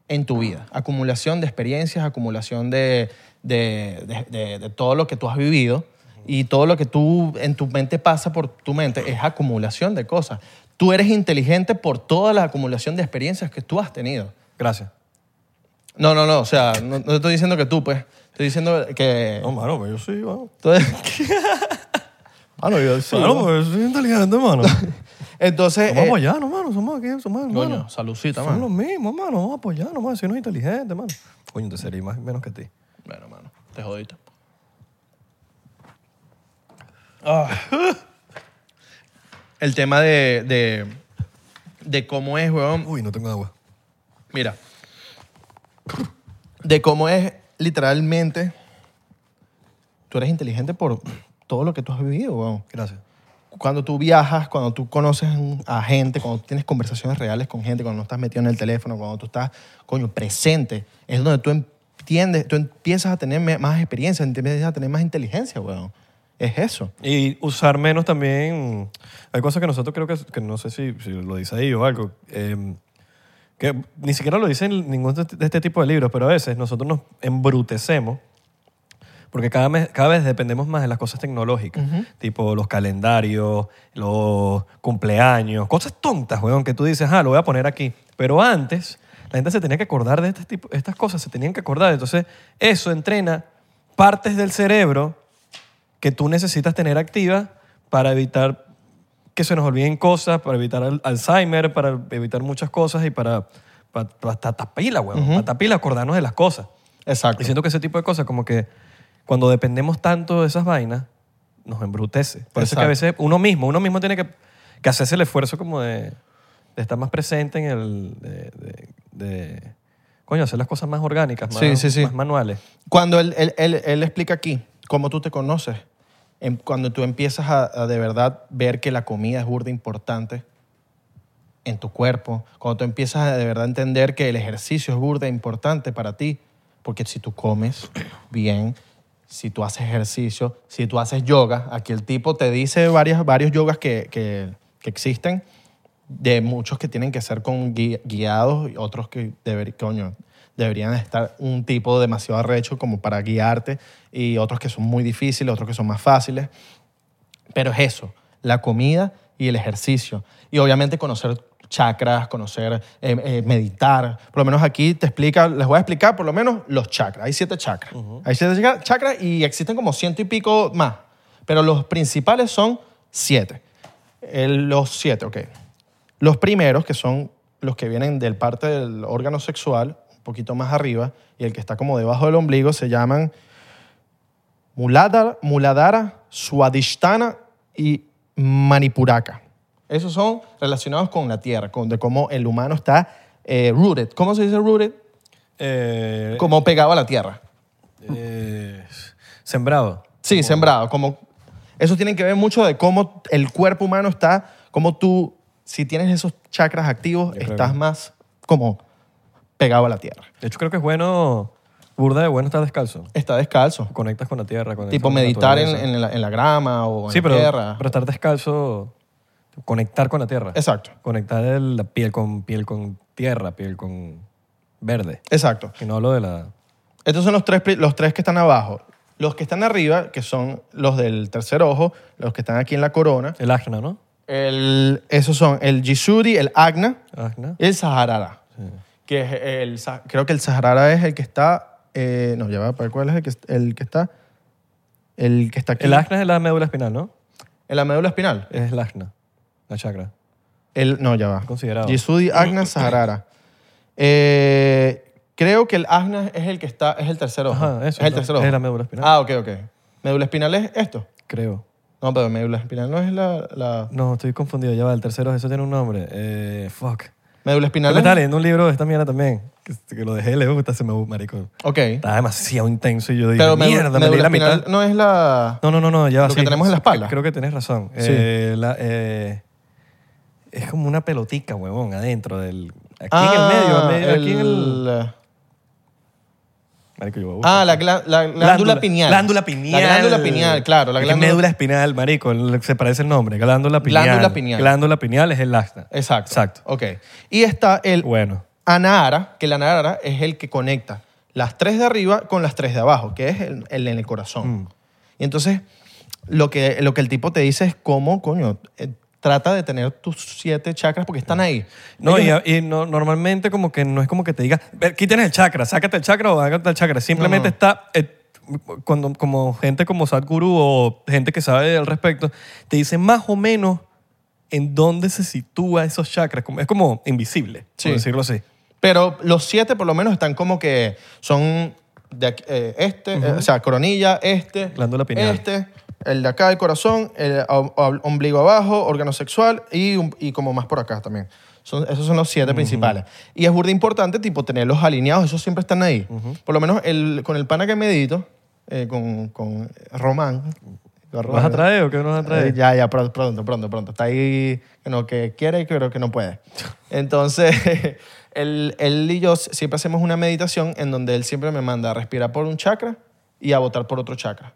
Speaker 1: en tu vida. Acumulación de experiencias, acumulación de, de, de- de- de todo lo que tú has vivido. y todo lo que tú en tu mente pasa por tu mente es acumulación de cosas. Tú eres inteligente por toda la acumulación de experiencias que tú has tenido.
Speaker 2: Gracias.
Speaker 1: No, no, no, o sea, no, no te estoy diciendo que tú, pues. Estoy diciendo que...
Speaker 2: No, mano, pero yo sí, mano.
Speaker 1: Entonces, Mano, yo sí,
Speaker 2: Mano,
Speaker 1: ¿no?
Speaker 2: pero pues yo soy inteligente, mano.
Speaker 1: Entonces...
Speaker 2: Vamos a
Speaker 1: eh,
Speaker 2: apoyarnos, mano. Somos aquí, somos hermanos.
Speaker 1: Coño, saludcita,
Speaker 2: Somos
Speaker 1: mano.
Speaker 2: los mismos, mano. Vamos a apoyarnos, mano. Si uno es inteligente, mano. Coño, te sería más menos que ti.
Speaker 1: Bueno, mano, te jodiste. Ah. El tema de, de, de cómo es, weón.
Speaker 2: Uy, no tengo agua.
Speaker 1: Mira. De cómo es literalmente. Tú eres inteligente por todo lo que tú has vivido, weón.
Speaker 2: Gracias.
Speaker 1: Cuando tú viajas, cuando tú conoces a gente, cuando tienes conversaciones reales con gente, cuando no estás metido en el teléfono, cuando tú estás, coño, presente, es donde tú entiendes, tú empiezas a tener me- más experiencia, empiezas a tener más inteligencia, weón. Es eso.
Speaker 2: Y usar menos también. Hay cosas que nosotros creo que, que no sé si, si lo dice ahí o algo. eh, que ni siquiera lo dice en ningún de de este tipo de libros, pero a veces nosotros nos embrutecemos porque cada, mes- cada vez dependemos más de las cosas tecnológicas, tipo los calendarios, los cumpleaños, cosas tontas, weón, que tú dices, ah, lo voy a poner aquí. Pero antes, la gente se tenía que acordar de este tipo, estas cosas, se tenían que acordar. Entonces, eso entrena partes del cerebro que tú necesitas tener activas para evitar que se nos olviden cosas, para evitar al- Alzheimer, para evitar muchas cosas y para, para, tapila, weón, para tapila, acordarnos de las cosas.
Speaker 1: Exacto.
Speaker 2: Y siento que ese tipo de cosas, como que cuando dependemos tanto de esas vainas, nos embrutece. Por eso es que
Speaker 1: Exacto.
Speaker 2: a veces uno mismo, uno mismo tiene que, que hacerse el esfuerzo como de, de estar más presente en el... De, de- de- coño, hacer las cosas más orgánicas, más,
Speaker 1: Sí, sí, sí.
Speaker 2: más manuales.
Speaker 1: Cuando él, él- él- él explica aquí cómo tú te conoces, em- cuando tú empiezas a, a de verdad ver que la comida es burda importante en tu cuerpo, cuando tú empiezas a de verdad entender que el ejercicio es burda importante para ti, porque si tú comes bien, si tú haces ejercicio, si tú haces yoga, aquí el tipo te dice varias, varios yogas que, que- que existen, de muchos que tienen que ser con gui- guiados y otros que deber- coño, deberían estar un tipo demasiado arrecho como para guiarte y otros que son muy difíciles, otros que son más fáciles. Pero es eso, la comida y el ejercicio. Y obviamente conocer chakras, conocer, eh, eh, meditar. Por lo menos aquí te explica, les voy a explicar por lo menos los chakras. Hay siete chakras. Hay siete chakra- chakras y existen como ciento y pico más. Pero los principales son siete. Eh, los siete, ok. Los primeros, que son los que vienen del parte del órgano sexual, un poquito más arriba, y el que está como debajo del ombligo, se llaman Muladhara, Muladhara, Swadhisthana y Manipuraka. Esos son relacionados con la tierra, con de cómo el humano está eh, rooted. ¿Cómo se dice rooted?
Speaker 2: Eh,
Speaker 1: Como pegado a la tierra.
Speaker 2: eh, sembrado.
Speaker 1: Sí, sembrado. Como, eso tiene que ver mucho de cómo el cuerpo humano está, cómo tú, si tienes esos chakras activos,
Speaker 2: creo
Speaker 1: estás más como pegado a la tierra.
Speaker 2: De hecho, creo que es bueno, burda de bueno estar descalzo.
Speaker 1: Está descalzo.
Speaker 2: Conectas con la tierra. conectas
Speaker 1: Tipo
Speaker 2: con la
Speaker 1: meditar en,
Speaker 2: naturaleza.
Speaker 1: en la, en la grama o en
Speaker 2: sí,
Speaker 1: la
Speaker 2: pero,
Speaker 1: tierra.
Speaker 2: pero estar descalzo, conectar con la tierra.
Speaker 1: Exacto,
Speaker 2: Conectar el- la piel con piel con tierra, piel con verde.
Speaker 1: exacto.
Speaker 2: Y no hablo de la...
Speaker 1: Estos son los tres, pri- los tres que están abajo. Los que están arriba, que son los del tercer ojo, los que están aquí en la corona,
Speaker 2: El ajna, ¿no?
Speaker 1: el, esos son el Jisuri, el Agna
Speaker 2: Ajna.
Speaker 1: y el Saharara. Que es el, sa- creo que el Saharara es el que está... eh, no, ya va, ¿para cuál es el que, el que está? El que está aquí.
Speaker 2: El ajna es la médula espinal, ¿no?
Speaker 1: En la médula espinal.
Speaker 2: Es el ajna, la chakra.
Speaker 1: El, no, ya va.
Speaker 2: Considerado.
Speaker 1: Yesudi Agna Saharara. Eh, creo que el Agna es el que está, es el tercer ojo.
Speaker 2: Ajá, eso.
Speaker 1: Es el
Speaker 2: la-
Speaker 1: tercer ojo.
Speaker 2: Es la médula espinal,
Speaker 1: Ah, ok, ok. ¿Médula espinal es esto?
Speaker 2: creo.
Speaker 1: No, pero médula espinal no es la... la...
Speaker 2: No, estoy confundido. Ya va, el tercero, eso tiene un nombre. Eh, fuck.
Speaker 1: ¿Médula
Speaker 2: Yo
Speaker 1: espinal
Speaker 2: me estaba
Speaker 1: es?
Speaker 2: leyendo un libro de esta mierda también, que, que lo dejé de leer, puta, se me marico.
Speaker 1: Ok.
Speaker 2: Estaba demasiado intenso y yo dije,
Speaker 1: Pero médula,
Speaker 2: mierda, me leí
Speaker 1: médula
Speaker 2: la
Speaker 1: espinal
Speaker 2: mitad.
Speaker 1: no es la...
Speaker 2: No, no, no, no, ya va,
Speaker 1: Lo
Speaker 2: sí.
Speaker 1: que tenemos en la espalda.
Speaker 2: Creo que tienes razón.
Speaker 1: Sí.
Speaker 2: Eh, la- eh, es como una pelotica, huevón, adentro del... Aquí
Speaker 1: Ah,
Speaker 2: en el medio, a medio- aquí en el...
Speaker 1: el-
Speaker 2: Marico, yo voy a buscar.
Speaker 1: Ah, la, gla- la glándula pineal.
Speaker 2: Glándula pineal.
Speaker 1: La glándula pineal, claro. La
Speaker 2: Es que
Speaker 1: glándula...
Speaker 2: médula espinal, marico, el- se parece el nombre. Glándula pineal.
Speaker 1: Glándula pineal.
Speaker 2: Glándula pineal es el lasta.
Speaker 1: Exacto.
Speaker 2: Exacto.
Speaker 1: Ok. Y está el
Speaker 2: Bueno.
Speaker 1: Anahara, que el Anahara es el que conecta
Speaker 2: Mm.
Speaker 1: las tres de arriba con las tres de abajo, que es el, el en el corazón. Y entonces, lo que, lo que el tipo te dice es cómo, coño, eh, trata de tener tus siete chakras porque están ahí.
Speaker 2: Mm. No,
Speaker 1: Ellos-
Speaker 2: y, y no- normalmente como que no es como que te diga, "Ve, quiten el chakra, sácate el chakra o hágate el chakra. Simplemente
Speaker 1: No.
Speaker 2: está, eh, cuando, como gente como Sadhguru o gente que sabe al respecto, te dice más o menos en dónde se sitúa esos chakras. Como- Es como invisible,
Speaker 1: Sí.
Speaker 2: por decirlo así.
Speaker 1: Pero los siete por lo menos están como que son de aquí- eh, este, eh, o sea, coronilla, este,
Speaker 2: Glándula pineal.
Speaker 1: este, el de acá, el corazón, el o- o- ombligo abajo, órgano sexual y, un- y como más por acá también. Son, esos son los siete principales. Y es burda importante, tipo, tenerlos alineados, esos siempre están ahí. Por lo menos el, con el pana que medito, eh, con, con Román. con
Speaker 2: ¿Vas a
Speaker 1: Román.
Speaker 2: traer o qué no vas a
Speaker 1: Eh,
Speaker 2: traer?
Speaker 1: ya, ya, pronto, pronto, pronto, pronto. Está ahí en lo que quiere y creo que no puede. Entonces, él, él y yo siempre hacemos una meditación en donde él siempre me manda a respirar por un chakra y a botar por otro chakra.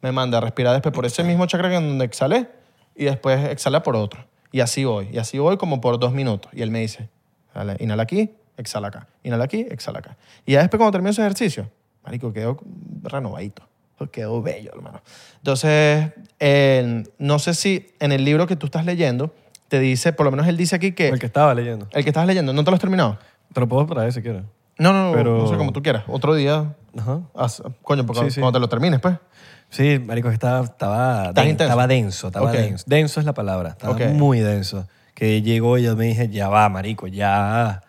Speaker 1: Me manda a respirar después por ese mismo chakra que en donde exhalé y después exhala por otro. Y así voy. Y así voy como por dos minutos. Y él me dice, "Dale, inhala aquí, exhala acá. Inhala aquí, exhala acá. Y ya después cuando termino ese ejercicio, marico, quedo renovadito. Quedó bello, hermano. Entonces, eh, no sé si en el libro que tú estás leyendo, te dice, por lo menos él dice aquí que el
Speaker 2: El
Speaker 1: que,
Speaker 2: que estaba leyendo.
Speaker 1: estás leyendo, ¿no te lo has terminado?
Speaker 2: Te lo puedo traer si quieres.
Speaker 1: No, no, no,
Speaker 2: Pero-
Speaker 1: no sé, como tú quieras. Otro día,
Speaker 2: Ajá.
Speaker 1: haz- coño, porque
Speaker 2: Sí, sí.
Speaker 1: cuando te lo termines, pues.
Speaker 2: Sí, marico, que estaba, estaba,
Speaker 1: ¿Estás
Speaker 2: den-
Speaker 1: intenso?
Speaker 2: estaba denso, estaba
Speaker 1: Ok.
Speaker 2: denso. Denso es la palabra, estaba
Speaker 1: Ok.
Speaker 2: muy denso. Que llegó y yo me dije, ya va, marico, ya.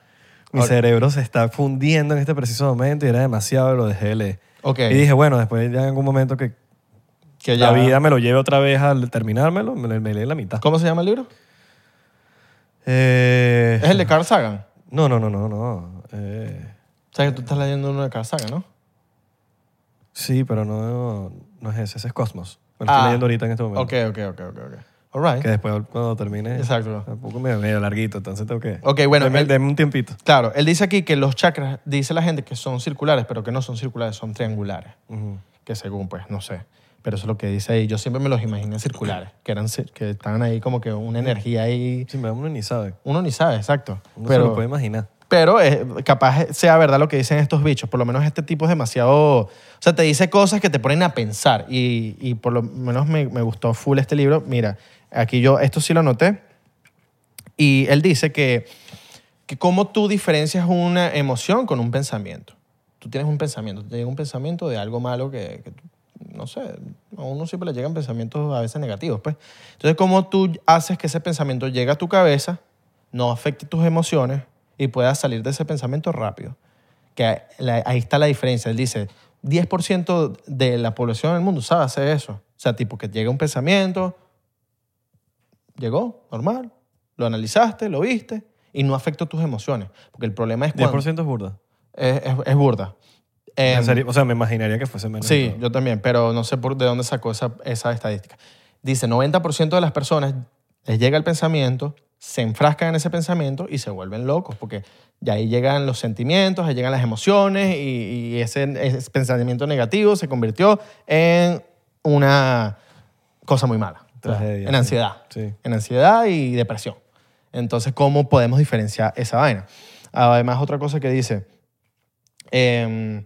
Speaker 2: Mi
Speaker 1: Ahora-
Speaker 2: cerebro se está fundiendo en este preciso momento y era demasiado lo dejé leer.
Speaker 1: Ok.
Speaker 2: Y dije, bueno, después ya en algún momento que
Speaker 1: Que
Speaker 2: la vida me lo lleve otra vez al terminármelo, me, le- me leí la mitad.
Speaker 1: ¿Cómo se llama el libro?
Speaker 2: Eh,
Speaker 1: Es el de Carl Sagan.
Speaker 2: No, no, no, no, no. Eh,
Speaker 1: Sabes que tú estás leyendo uno de Carl Sagan, ¿no?
Speaker 2: sí, pero no, no es ese, ese es Cosmos. Me lo
Speaker 1: Ah.
Speaker 2: estoy leyendo ahorita en este momento.
Speaker 1: Ok, ok, ok, ok. ok. All right.
Speaker 2: Que después cuando termine...
Speaker 1: Exacto.
Speaker 2: Tampoco me medio larguito, entonces tengo que...
Speaker 1: Ok, bueno,
Speaker 2: Deme,
Speaker 1: el-
Speaker 2: deme un tiempito.
Speaker 1: Claro, él dice aquí que los chakras, dice la gente que son circulares, pero que no son circulares, son triangulares. Que según, pues, no sé. Pero eso es lo que dice ahí. Yo siempre me los imaginé circulares, que, eran, cir- que estaban ahí como que una energía ahí.
Speaker 2: Sí, me- uno ni sabe.
Speaker 1: Uno ni sabe, exacto.
Speaker 2: Uno se lo
Speaker 1: pero
Speaker 2: puede imaginar.
Speaker 1: pero eh, capaz sea verdad lo que dicen estos bichos. Por lo menos este tipo es demasiado... O sea, te dice cosas que te ponen a pensar. Y, y por lo menos me, me gustó full este libro. Mira, aquí yo esto sí lo anoté. Y él dice que, que cómo tú diferencias una emoción con un pensamiento. Tú tienes un pensamiento, te llega un pensamiento de algo malo que, que tú- no sé, a uno siempre le llegan pensamientos a veces negativos, pues. Entonces, cómo tú haces que ese pensamiento llegue a tu cabeza, no afecte tus emociones y puedas salir de ese pensamiento rápido. Que la- ahí está la diferencia. Él dice, 10% de la población del mundo sabe hacer eso. O sea, tipo que llega un pensamiento, llegó, normal, lo analizaste, lo viste y no afectó tus emociones. Porque el problema es cuando...
Speaker 2: 10% es burda.
Speaker 1: Es, es- es burda. Eh,
Speaker 2: En serio, o sea, me imaginaría que fuese menos.
Speaker 1: sí,
Speaker 2: Pero-
Speaker 1: yo también, pero no sé por de dónde sacó esa, esa estadística. Dice, 90% de las personas les llega el pensamiento, se enfrascan en ese pensamiento y se vuelven locos, porque ya ahí llegan los sentimientos, ahí llegan las emociones y, y ese, ese pensamiento negativo se convirtió en una cosa muy mala, o sea,
Speaker 2: Tragedia,
Speaker 1: en
Speaker 2: sí.
Speaker 1: ansiedad
Speaker 2: Sí.
Speaker 1: en ansiedad y depresión. Entonces, ¿cómo podemos diferenciar esa vaina? Además, otra cosa que dice, em,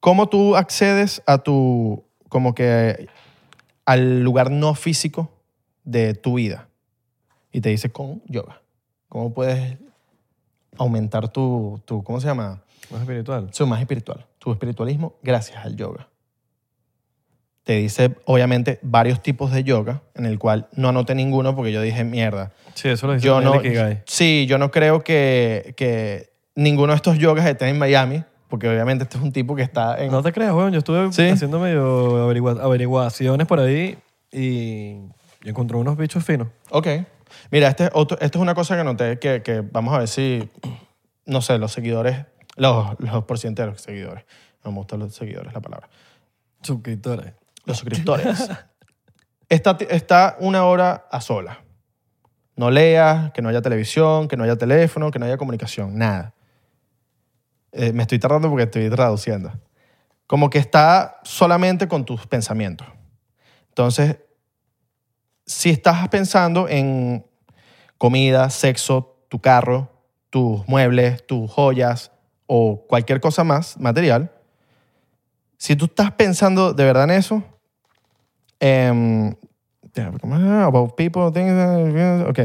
Speaker 1: ¿cómo tú accedes a tu, como que, al lugar no físico de tu vida? Y te dice con yoga. ¿Cómo puedes aumentar tu, tu ¿cómo se llama?
Speaker 2: Más espiritual.
Speaker 1: Soy más espiritual. Tu espiritualismo gracias al yoga. Te dice, obviamente, varios tipos de yoga, en el cual no anoté ninguno porque yo dije, mierda.
Speaker 2: Sí, eso lo dice
Speaker 1: Yo
Speaker 2: también
Speaker 1: no,
Speaker 2: el Ikigai.
Speaker 1: sí, yo no creo que, que ninguno de estos yogas esté en Miami, porque obviamente este es un tipo que está en...
Speaker 2: No te creas, weón. Yo estuve
Speaker 1: Sí.
Speaker 2: haciendo medio averigua- averiguaciones por ahí y yo encontré unos bichos finos.
Speaker 1: Ok. Mira, este es otro- esto es una cosa que anoté que, que vamos a ver si, no sé, los seguidores, los, los porcienteros seguidores, no me gustan los seguidores la palabra.
Speaker 2: Suscriptores.
Speaker 1: los suscriptores. está, está una hora a sola. No leas, que no haya televisión, que no haya teléfono, que no haya comunicación, nada. Eh, me estoy tardando porque estoy traduciendo. Como que está solamente con tus pensamientos. Entonces, si estás pensando en comida, sexo, tu carro, tus muebles, tus joyas o cualquier cosa más material, si tú estás pensando de verdad en eso,
Speaker 3: em, yeah, ¿cómo era? about people, things, eh, ok.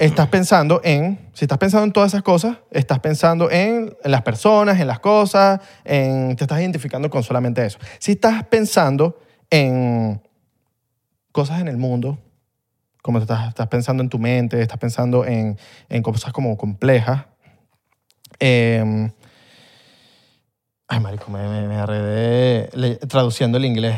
Speaker 3: Estás pensando en, si estás pensando en todas esas cosas, estás pensando en las personas, en las cosas, en, te estás identificando con solamente eso. Si estás pensando en cosas en el mundo, como estás, estás pensando en tu mente, estás pensando en, en cosas como complejas. eh, ay, marico, me, me, me arredé le- traduciendo el inglés.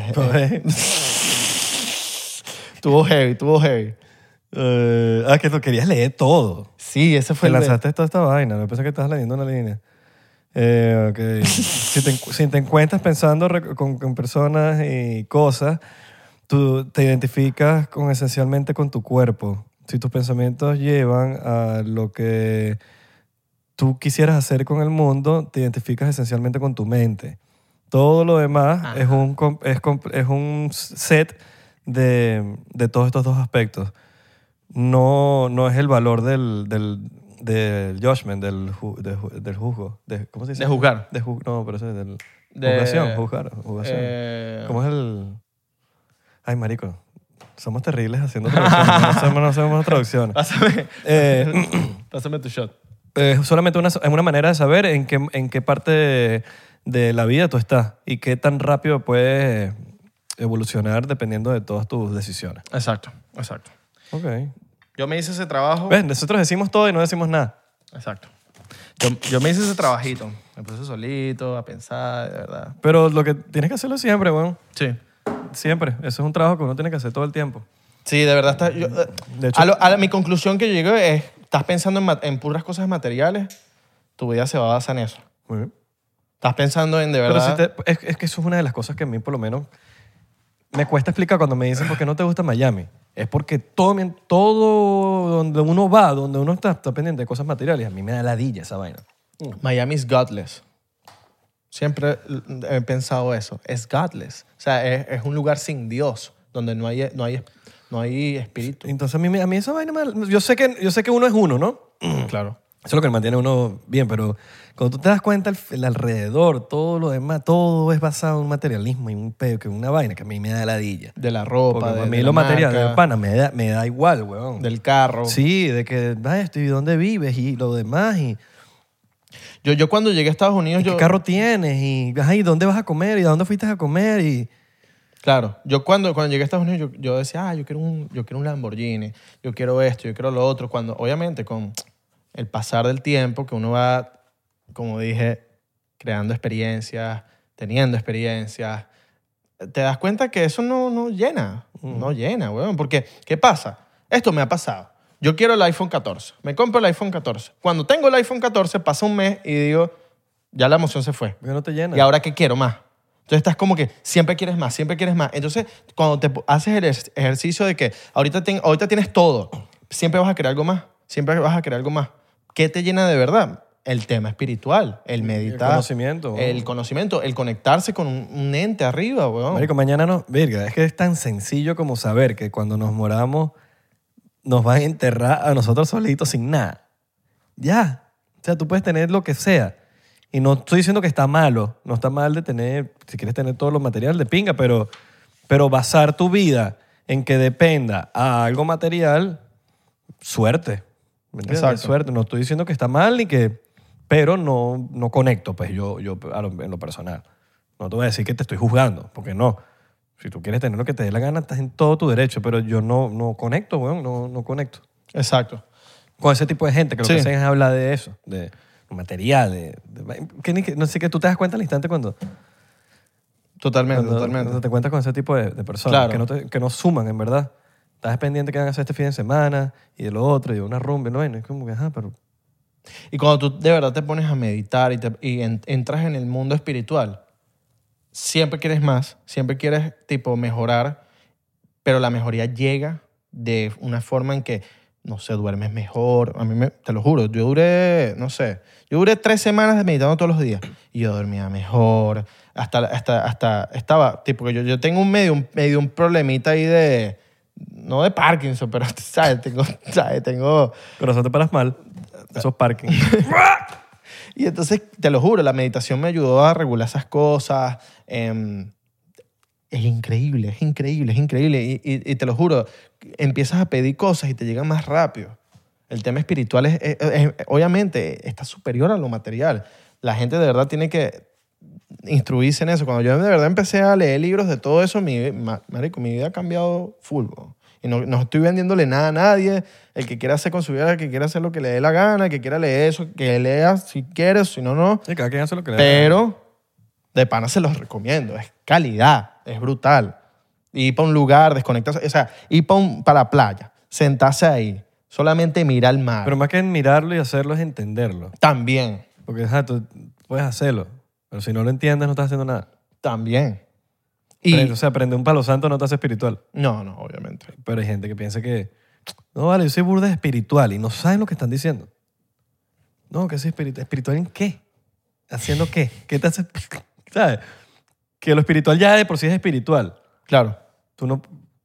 Speaker 3: Tuvo heavy, tuvo heavy.
Speaker 2: Eh, ah, que lo querías leer todo.
Speaker 1: Sí, ese fue
Speaker 2: Te
Speaker 1: el de-
Speaker 2: lanzaste toda esta vaina. Yo pensé que estabas leyendo una línea. Eh, ok. si, te, encu- si te encuentras pensando re- con, con personas y cosas, tú te identificas con, esencialmente con tu cuerpo. Si tus pensamientos llevan a lo que tú quisieras hacer con el mundo, te identificas esencialmente con tu mente. Todo lo demás es un, com- es, com- es un set de, de todos estos dos aspectos no, no es el valor del, del, del judgment, del, ju- de ju- del juzgo. De, ¿Cómo se dice?
Speaker 1: De juzgar.
Speaker 2: De ju- no, pero eso es del...
Speaker 1: De-
Speaker 2: Juzgación, juzgar, juzgación.
Speaker 1: eh,
Speaker 2: ¿Cómo es el...? Ay, marico, somos terribles haciendo traducciones. no, hacemos, no hacemos traducciones.
Speaker 1: Pásame,
Speaker 2: Eh,
Speaker 1: pásame tu shot.
Speaker 2: es solamente una, es una manera de saber en qué, en qué parte de, de la vida tú estás y qué tan rápido puedes evolucionar dependiendo de todas tus decisiones.
Speaker 1: Exacto, exacto.
Speaker 2: Ok.
Speaker 1: Yo me hice ese trabajo.
Speaker 2: ¿Ves? Nosotros decimos todo y no decimos nada.
Speaker 1: Exacto. Yo, yo me hice ese trabajito. Me puse solito a pensar, de verdad.
Speaker 2: Pero lo que tienes que hacerlo siempre, weón.
Speaker 1: Sí.
Speaker 2: Siempre. Eso es un trabajo que uno tiene que hacer todo el tiempo.
Speaker 1: Sí, de verdad. Está, yo-
Speaker 2: Mm,
Speaker 1: eh,
Speaker 2: De hecho-
Speaker 1: a lo- a la- mi conclusión que yo llego es, estás pensando en, ma- en puras cosas materiales, tu vida se va a basar en eso. Estás pensando en, de
Speaker 2: Pero
Speaker 1: verdad...
Speaker 2: si te- es, es que eso es una de las cosas que a mí, por lo menos, me cuesta explicar cuando me dicen por qué no te gusta Miami. Es porque todo, mi- todo donde uno va, donde uno está, está pendiente de cosas materiales. A mí me da ladilla esa vaina.
Speaker 1: Mm. Miami is godless. Siempre l- he pensado eso. Es godless. O sea, es, es un lugar sin Dios, donde no hay, no hay, no hay espíritu.
Speaker 2: Entonces a mí, me- a mí esa vaina me da- yo sé que Yo sé que uno es uno, ¿no?
Speaker 1: Claro.
Speaker 2: Eso es lo que mantiene uno bien, pero cuando tú te das cuenta, el, el alrededor, todo lo demás, todo es basado en un materialismo y un pedo, que es una vaina que a mí me da ladilla.
Speaker 1: De la ropa,
Speaker 2: Porque
Speaker 1: de,
Speaker 2: a mí
Speaker 1: de
Speaker 2: lo
Speaker 1: la
Speaker 2: material,
Speaker 1: marca,
Speaker 2: de pana, me da, me da igual, weón.
Speaker 1: del carro.
Speaker 2: Sí, de que, ah, esto, ¿y dónde vives? Y lo demás, y,
Speaker 1: Yo, yo cuando llegué a Estados Unidos,
Speaker 2: ¿y
Speaker 1: yo...
Speaker 2: qué carro tienes, y, ajá, ¿y dónde vas a comer, y a dónde fuiste a comer, y...
Speaker 1: Claro, yo cuando, cuando llegué a Estados Unidos, yo, yo decía, ah, yo quiero, un, yo quiero un Lamborghini, yo quiero esto, yo quiero lo otro. Cuando, obviamente, con el pasar del tiempo, que uno va, como dije, creando experiencias, teniendo experiencias, te das cuenta que eso no, no llena, no llena, weón. Porque, ¿qué pasa? Esto me ha pasado. Yo quiero el iPhone 14, me compro el iPhone 14. Cuando tengo el iPhone 14, pasa un mes y digo, ya la emoción se fue.
Speaker 2: Porque no te llena.
Speaker 1: ¿Y ahora qué quiero más? Entonces estás como que siempre quieres más, siempre quieres más. Entonces, cuando te po- haces el ej- ejercicio de que ahorita, ten- ahorita tienes todo, siempre vas a querer algo más, siempre vas a querer algo más. ¿Qué te llena de verdad? El tema espiritual, el meditar.
Speaker 2: conocimiento, weón.
Speaker 1: El conocimiento, el conectarse con un, un ente arriba, weón.
Speaker 2: Marico, mañana no... Verga, es que es tan sencillo como saber que cuando nos moramos nos van a enterrar a nosotros solitos sin nada. Ya. O sea, tú puedes tener lo que sea. Y no estoy diciendo que está malo. No está mal de tener... Si quieres tener todos los materiales de pinga, pero, pero basar tu vida en que dependa a algo material, suerte. ¿Me entiendes?
Speaker 1: Exacto.
Speaker 2: Suerte. No estoy diciendo que está mal ni que... Pero no, no conecto, pues yo, yo a lo- en lo personal. No te voy a decir que te estoy juzgando, porque no. Si tú quieres tener lo que te dé la gana, estás en todo tu derecho, pero yo no, no conecto, weón, no, no conecto.
Speaker 1: Exacto.
Speaker 2: Con ese tipo de gente que lo que
Speaker 1: Sí.
Speaker 2: hacen es hablar de eso, de material, de, de- que ni que- no sé, que tú te das cuenta al instante cuando,
Speaker 1: Totalmente,
Speaker 2: cuando-
Speaker 1: totalmente.
Speaker 2: cuando te cuentas con ese tipo de, de personas
Speaker 1: Claro.
Speaker 2: que, no te- que no suman, en verdad. Estás pendiente que van a hacer este fin de semana y de lo otro y de una rumba y lo bueno, es como que, ajá, pero...
Speaker 1: Y cuando tú de verdad te pones a meditar y, te- y en- entras en el mundo espiritual, siempre quieres más, siempre quieres tipo mejorar, pero la mejoría llega de una forma en que, no sé, duermes mejor. A mí, me, te lo juro, yo duré, no sé, yo duré tres semanas meditando todos los días y yo dormía mejor. Hasta, hasta, hasta estaba, tipo, que yo, yo tengo un medio, un medio un problemita ahí de, no de Parkinson, pero, ¿sabes? Tengo, ¿sabes? Tengo...
Speaker 2: Pero eso te paras mal. Esos parking.
Speaker 1: Y entonces, te lo juro, la meditación me ayudó a regular esas cosas. em, Es increíble, es increíble, es increíble. Y, y- y te lo juro, empiezas a pedir cosas y te llegan más rápido. El tema espiritual es, es- es- obviamente, está superior a lo material. La gente de verdad tiene que instruirse en eso. Cuando yo de verdad empecé a leer libros de todo eso, mi, ma- marico, mi vida ha cambiado full. bro. Y no, no estoy vendiéndole nada a nadie. El que quiera hacer con su vida, el que quiera hacer lo que le dé la gana, el que quiera leer eso, que lea si quiere, si no, no.
Speaker 2: Sí, cada quien hace lo que le da.
Speaker 1: Pero de pana se los recomiendo. Es calidad, es brutal. Ir para un lugar, desconectarse, o sea, ir para, un- para la playa, sentarse ahí, solamente mirar el mar.
Speaker 2: Pero más que mirarlo y hacerlo es entenderlo.
Speaker 1: también,
Speaker 2: Porque ajá, tú puedes hacerlo, pero si no lo entiendes no estás haciendo nada.
Speaker 1: también. Y,
Speaker 2: Y... o sea, aprender un palo santo no te hace espiritual.
Speaker 1: no, no, obviamente.
Speaker 2: Pero hay gente que piensa que, no vale, yo soy burda espiritual y no saben lo que están diciendo. No, que soy espiritual. ¿Espiritual en qué? ¿Haciendo qué? ¿Qué te hace? ¿Sabes? Que lo espiritual ya de por sí es espiritual.
Speaker 1: Claro.
Speaker 2: Tú no,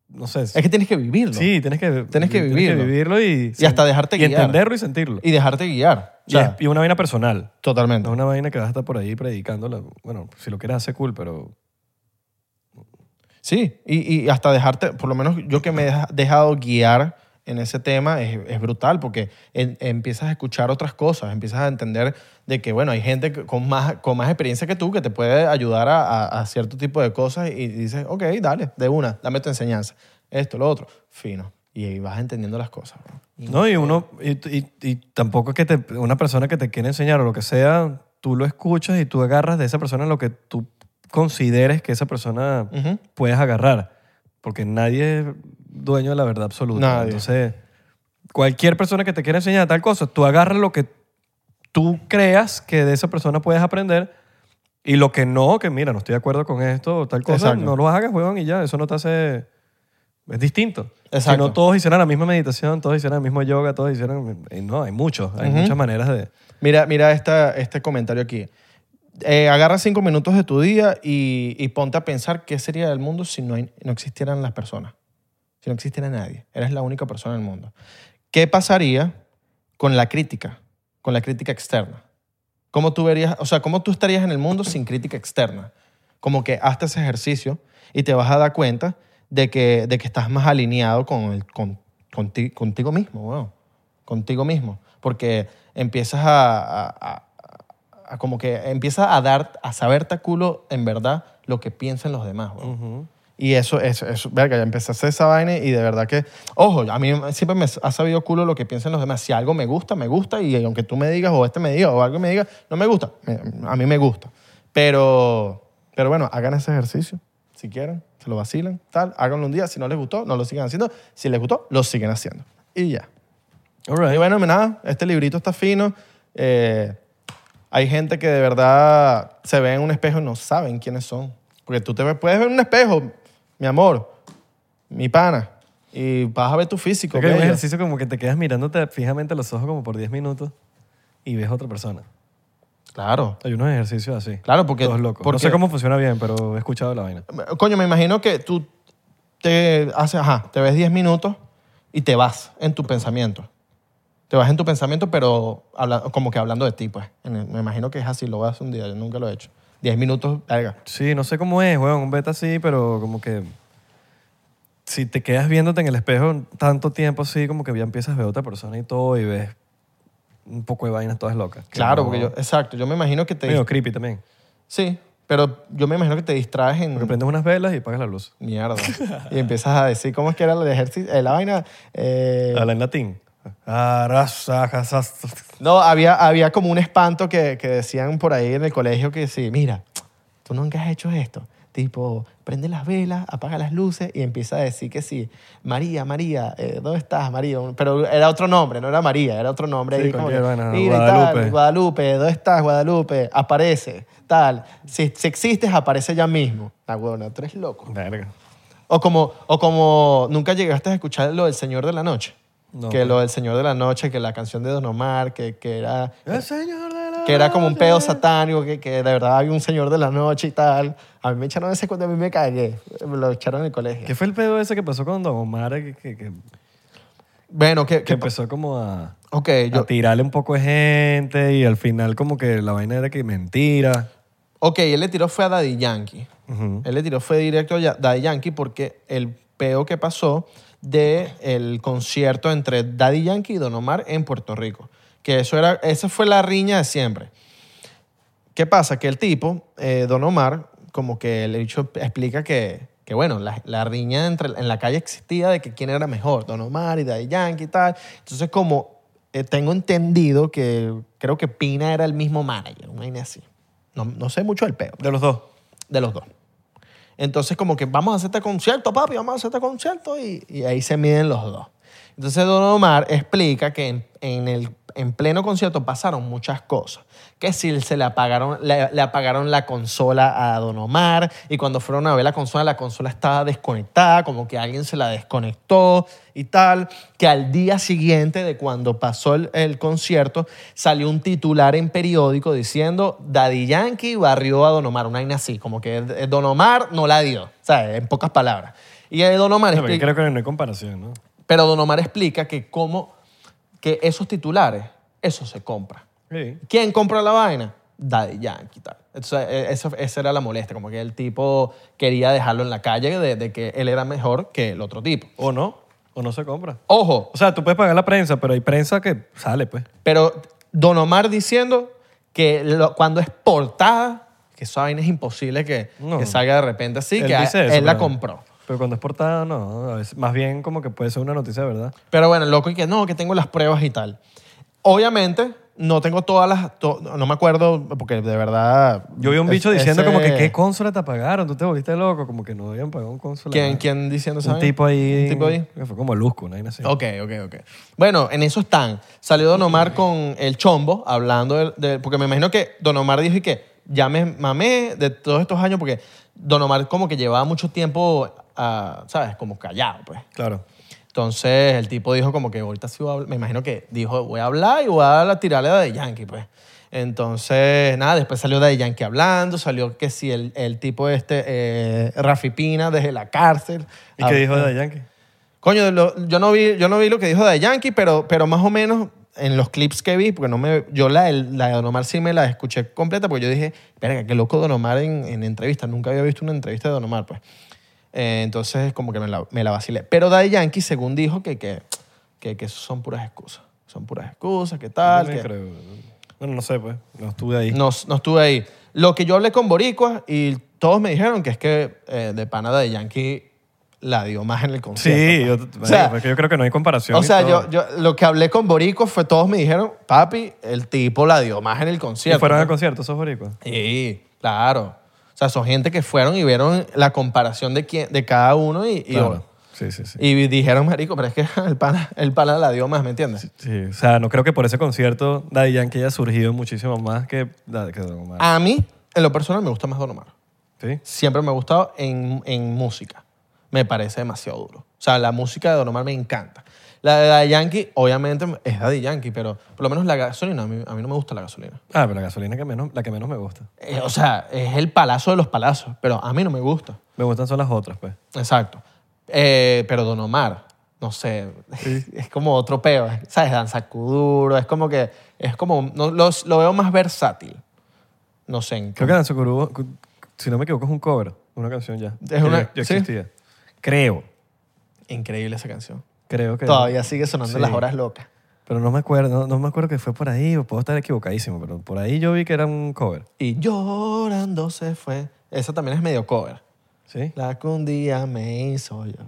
Speaker 2: no sé.
Speaker 1: Es que tienes que vivirlo.
Speaker 2: sí, tienes que,
Speaker 1: Tienes que vivirlo.
Speaker 2: vivirlo y,
Speaker 4: Y hasta dejarte
Speaker 2: y
Speaker 4: guiar.
Speaker 2: entenderlo y sentirlo.
Speaker 4: Y dejarte guiar. O
Speaker 2: Y,
Speaker 4: sea,
Speaker 2: es- y una vaina personal.
Speaker 1: Totalmente.
Speaker 2: No es una vaina que vas a estar por ahí predicándola. Bueno, si lo quieres hacer cool, pero
Speaker 1: Sí, y, y hasta dejarte, por lo menos yo que me he deja- dejado guiar en ese tema es, es brutal porque en- empiezas a escuchar otras cosas, empiezas a entender de que, bueno, hay gente que- con más, con más experiencia que tú que te puede ayudar a, a- a cierto tipo de cosas y dices, ok, dale, de una, dame tu enseñanza, esto, lo otro, fino. Y ahí vas entendiendo las cosas. bro.
Speaker 2: No, y uno, y, y- y tampoco es que te- una persona que te quiere enseñar o lo que sea, tú lo escuchas y tú agarras de esa persona lo que tú consideres que esa persona
Speaker 1: Ujú.
Speaker 2: puedes agarrar. Porque nadie es dueño de la verdad absoluta.
Speaker 1: Nadie.
Speaker 2: Entonces, cualquier persona que te quiera enseñar tal cosa, tú agarras lo que tú creas que de esa persona puedes aprender y lo que no, que mira, no estoy de acuerdo con esto o tal cosa,
Speaker 1: Exacto.
Speaker 2: no lo hagas, huevón, y ya. Eso no te hace... Es distinto. Si
Speaker 1: Exacto.
Speaker 2: no todos hicieran la misma meditación, todos hicieran el mismo yoga, todos hicieran... y No, hay muchos. Hay muchas maneras de...
Speaker 1: Mira, mira esta, este comentario aquí. Eh, agarra cinco minutos de tu día y, y ponte a pensar qué sería el mundo si no, hay- no existieran las personas, si no existiera nadie. Eres la única persona del mundo. ¿Qué pasaría con la crítica, con la crítica externa? ¿Cómo tú verías, o sea, cómo tú estarías en el mundo sin crítica externa? Como que hazte ese ejercicio y te vas a dar cuenta de que, de que estás más alineado con el- con- conti- contigo mismo, weón. Contigo mismo. Porque empiezas a, a- a- a- como que empiezas a dar, a saberte a culo en verdad lo que piensan los demás, weón. Y eso, eso, eso, verga, ya empecé a hacer esa vaina y de verdad que, ojo, a mí siempre me ha sabido culo lo que piensan los demás. Si algo me gusta, me gusta y aunque tú me digas o este me diga o algo me diga, no me gusta, me- a mí me gusta. Pero, pero bueno, hagan ese ejercicio si quieren, se lo vacilan, tal, háganlo un día. Si no les gustó, no lo sigan haciendo. Si les gustó, lo siguen haciendo. Y ya.
Speaker 2: All right.
Speaker 1: Y bueno, nada, este librito está fino. Eh, hay gente que de verdad se ve en un espejo y no saben quiénes son. Porque tú te ves- puedes ver en un espejo, mi amor, mi pana, y vas a ver tu físico.
Speaker 2: Creo que hay un
Speaker 1: bello.
Speaker 2: ejercicio como que te quedas mirándote fijamente a los ojos como por 10 minutos y ves a otra persona.
Speaker 1: Claro.
Speaker 2: Hay unos ejercicios así.
Speaker 1: Claro, porque-
Speaker 2: Todos locos.
Speaker 1: porque-
Speaker 2: No sé cómo funciona bien, pero he escuchado la vaina.
Speaker 1: Coño, me imagino que tú te haces, ajá, te ves 10 minutos y te vas en tu pensamiento. Te vas en tu pensamiento, pero habla- como que hablando de ti, pues. En el- Me imagino que es así, lo voy a hacer un día, yo nunca lo he hecho. 10 minutos, verga.
Speaker 2: Sí, no sé cómo es, weón. Un beta así, pero como que. Si te quedas viéndote en el espejo tanto tiempo así, como que ya empiezas a ver otra persona y todo y ves un poco de vainas todas locas. Que
Speaker 1: Claro,
Speaker 2: no-
Speaker 1: porque yo, este, exacto, yo me imagino que te...
Speaker 2: Medio creepy también.
Speaker 1: Sí, pero yo me imagino que te distraes en...
Speaker 2: Porque prendes unas velas y pagas la luz.
Speaker 1: Mierda. y empiezas a decir, ¿cómo es que era el ejercicio? Eh, la vaina... eh,
Speaker 2: Habla en latín. Arrasa, jasas.
Speaker 1: No, había, había como un espanto que, que decían por ahí en el colegio que sí, mira, tú nunca has hecho esto. Tipo, prende las velas, apaga las luces y empieza a decir que sí, María, María, eh, ¿dónde estás, María? Pero era otro nombre, no era María, era otro nombre.
Speaker 2: Sí,
Speaker 1: ahí como
Speaker 2: cualquier
Speaker 1: que,
Speaker 2: vaina,
Speaker 1: mira, y
Speaker 2: Guadalupe.
Speaker 1: Tal, Guadalupe, ¿dónde estás, Guadalupe? Aparece, tal. Si, si existes, aparece ya mismo. La huevona, tú eres loco.
Speaker 2: Verga.
Speaker 1: O como, o como nunca llegaste a escuchar lo del Señor de la Noche.
Speaker 2: No,
Speaker 1: que
Speaker 2: pues.
Speaker 1: lo del Señor de la Noche, que la canción de Don Omar, que, que era
Speaker 2: El señor de la
Speaker 1: Eh. que era como un pedo
Speaker 2: pedo
Speaker 1: satánico, que, que de verdad había un señor de la noche y tal. A mí me echaron ese cuando a mí me cagué. Me lo echaron en el colegio.
Speaker 2: ¿Qué fue el pedo ese que pasó con Don Omar? Que, que- que-
Speaker 1: bueno, que...
Speaker 2: que
Speaker 1: que
Speaker 2: empezó como a,
Speaker 1: ok,
Speaker 2: a
Speaker 1: yo...
Speaker 2: tirarle un poco de gente y al final como que la vaina era que mentira.
Speaker 1: Ok, él le tiró fue a Daddy Yankee.
Speaker 2: Ujú.
Speaker 1: Él le tiró fue directo a Ya- Daddy Yankee porque el peo que pasó de el concierto entre Daddy Yankee y Don Omar en Puerto Rico. Que eso era, esa fue la riña de siempre. ¿Qué pasa? Que el tipo, eh, Don Omar, como que el hecho explica que, que bueno, la, la riña entre, en la calle existía de que quién era mejor, Don Omar y Daddy Yankee y tal. Entonces, como eh, tengo entendido que creo que Pina era el mismo manager, una vaina así. No, no sé mucho del peo
Speaker 2: De los dos.
Speaker 1: de los dos. Entonces, como que vamos a hacer este concierto, papi, vamos a hacer este concierto, y, y ahí se miden los dos. Entonces, Don Omar explica que en, en el, en pleno concierto pasaron muchas cosas. Que si se le apagaron, le, le apagaron la consola a Don Omar, y cuando fueron a ver la consola, la consola estaba desconectada, como que alguien se la desconectó y tal. Que al día siguiente de cuando pasó el, el concierto, salió un titular en periódico diciendo Daddy Yankee barrió a Don Omar, una vaina así, como que eh, Don Omar no la dio, ¿sabes? En pocas palabras. Y eh, Don Omar
Speaker 2: No, porque
Speaker 1: explica-
Speaker 2: creo que no hay comparación, ¿no?
Speaker 1: pero Don Omar explica que cómo que esos titulares, eso se compra.
Speaker 2: Sí.
Speaker 1: ¿Quién compra la vaina? Daddy Yankee y tal. Entonces, eh, eso- esa era la molestia, como que el tipo quería dejarlo en la calle de, de que él era mejor que el otro tipo.
Speaker 2: O no. O no se compra.
Speaker 1: Ojo,
Speaker 2: O sea, tú puedes pagar la prensa, pero hay prensa que sale, pues.
Speaker 1: pero Don Omar diciendo que lo- cuando es portada, que esa vaina es imposible que,
Speaker 2: No.
Speaker 1: que salga de repente así,
Speaker 2: Él
Speaker 1: que a-
Speaker 2: dice eso,
Speaker 1: él la
Speaker 2: pero-
Speaker 1: compró.
Speaker 2: Pero cuando es portada, no. A veces- más bien como que puede ser una noticia, de ¿verdad?
Speaker 1: Pero bueno, loco, y que no, que tengo las pruebas y tal. Obviamente, no tengo todas las. to- no me acuerdo, porque de verdad.
Speaker 2: Yo vi un
Speaker 1: es-
Speaker 2: bicho diciendo
Speaker 1: ese-
Speaker 2: como que qué consola te apagaron, tú te volviste loco, como que no habían pagado un consola.
Speaker 1: ¿Quién, quién diciendo eso?
Speaker 2: Un tipo ahí.
Speaker 1: Un tipo ahí. Oh.
Speaker 2: Que fue como Lusco, una vaina así.
Speaker 1: Ok, ok, ok. Bueno, en eso están. Salió Don Omar con el chombo hablando del- del- Porque me imagino que Don Omar dijo y que ya me mamé de todos estos años porque Don Omar como que llevaba mucho tiempo, ah, ¿sabes? Como callado, pues.
Speaker 2: Claro.
Speaker 1: Entonces el tipo dijo como que ahorita sí voy a hablar. Me imagino que dijo, voy a hablar y voy a la- tirarle a de Yankee, pues. Entonces, nada, después salió de Yankee hablando, salió que si el, el tipo este, eh, Rafi Pina, desde la cárcel.
Speaker 2: ¿Y qué
Speaker 1: Ah,
Speaker 2: dijo de Yankee?
Speaker 1: Coño, lo- yo, no vi, yo no vi lo que dijo de Yankee, pero, pero más o menos en los clips que vi, porque no me, yo la, del- la de Don Omar sí me la escuché completa, porque yo dije, verga, qué loco Don Omar en, en entrevistas. Nunca había visto una entrevista de Don Omar, pues. Eh, entonces, como que me la, me la vacilé. Pero Daddy Yankee, según dijo, que, que, que, que eso son puras excusas. Son puras excusas, que tal.
Speaker 2: Yo
Speaker 1: Ah, que-
Speaker 2: no creo. Bueno, no sé, pues. No estuve ahí.
Speaker 1: no, no estuve ahí. Lo que yo hablé con boricuas y todos me dijeron que es que eh, de pana Daddy Yankee la dio más en el concierto. pues.
Speaker 2: Sí, yo,
Speaker 1: O sea,
Speaker 2: porque yo creo que no hay comparación.
Speaker 1: O
Speaker 2: y
Speaker 1: sea, yo,
Speaker 2: todo.
Speaker 1: yo lo que hablé con Borico fue todos me dijeron, papi, el tipo la dio más en el
Speaker 2: ¿Y
Speaker 1: concierto.
Speaker 2: fueron
Speaker 1: ¿no?
Speaker 2: al concierto esos boricuas?
Speaker 1: Sí, claro. O sea, son gente que fueron y vieron la comparación de, quién, de cada uno y, y,
Speaker 2: Claro. Sí, sí, sí.
Speaker 1: y dijeron, marico, pero es que el pana, el pana la dio más, ¿me entiendes?
Speaker 2: Sí, o sea, no creo que por ese concierto Daddy Yankee haya surgido muchísimo más que, que Don Omar.
Speaker 1: A mí, en lo personal, me gusta más Don Omar.
Speaker 2: ¿Sí?
Speaker 1: Siempre me ha gustado en, en música. Me parece demasiado duro. O sea, la música de Don Omar me encanta. La de Daddy Yankee, obviamente, es Daddy Yankee, pero por lo menos la gasolina, a mí, a mí no me gusta la gasolina.
Speaker 2: Ah, pero la gasolina que menos, la que menos me gusta.
Speaker 1: Eh, o sea, es el palazo de los palazos, pero a mí no me gusta.
Speaker 2: Me gustan son las otras, pues.
Speaker 1: Exacto. Eh, pero Don Omar, no sé, es como otro peo, es, ¿sabes? Danza Kuduro, es como que, es como, no, los- lo veo más versátil. No sé. en-
Speaker 2: Creo que Danzo Curú, si no me equivoco, es un cover, de una canción ya.
Speaker 1: Es una-
Speaker 2: yo, yo
Speaker 1: ¿sí?
Speaker 2: existía. Creo,
Speaker 1: Increíble esa canción.
Speaker 2: creo que.
Speaker 1: Todavía sigue sonando
Speaker 2: Sí.
Speaker 1: las horas locas.
Speaker 2: Pero no me acuerdo, no, no me acuerdo que fue por ahí, o puedo estar equivocadísimo, pero por ahí yo vi que era un cover,
Speaker 1: Y llorando se fue. Esa también es medio cover.
Speaker 2: ¿sí?
Speaker 1: La que un día me hizo llorar.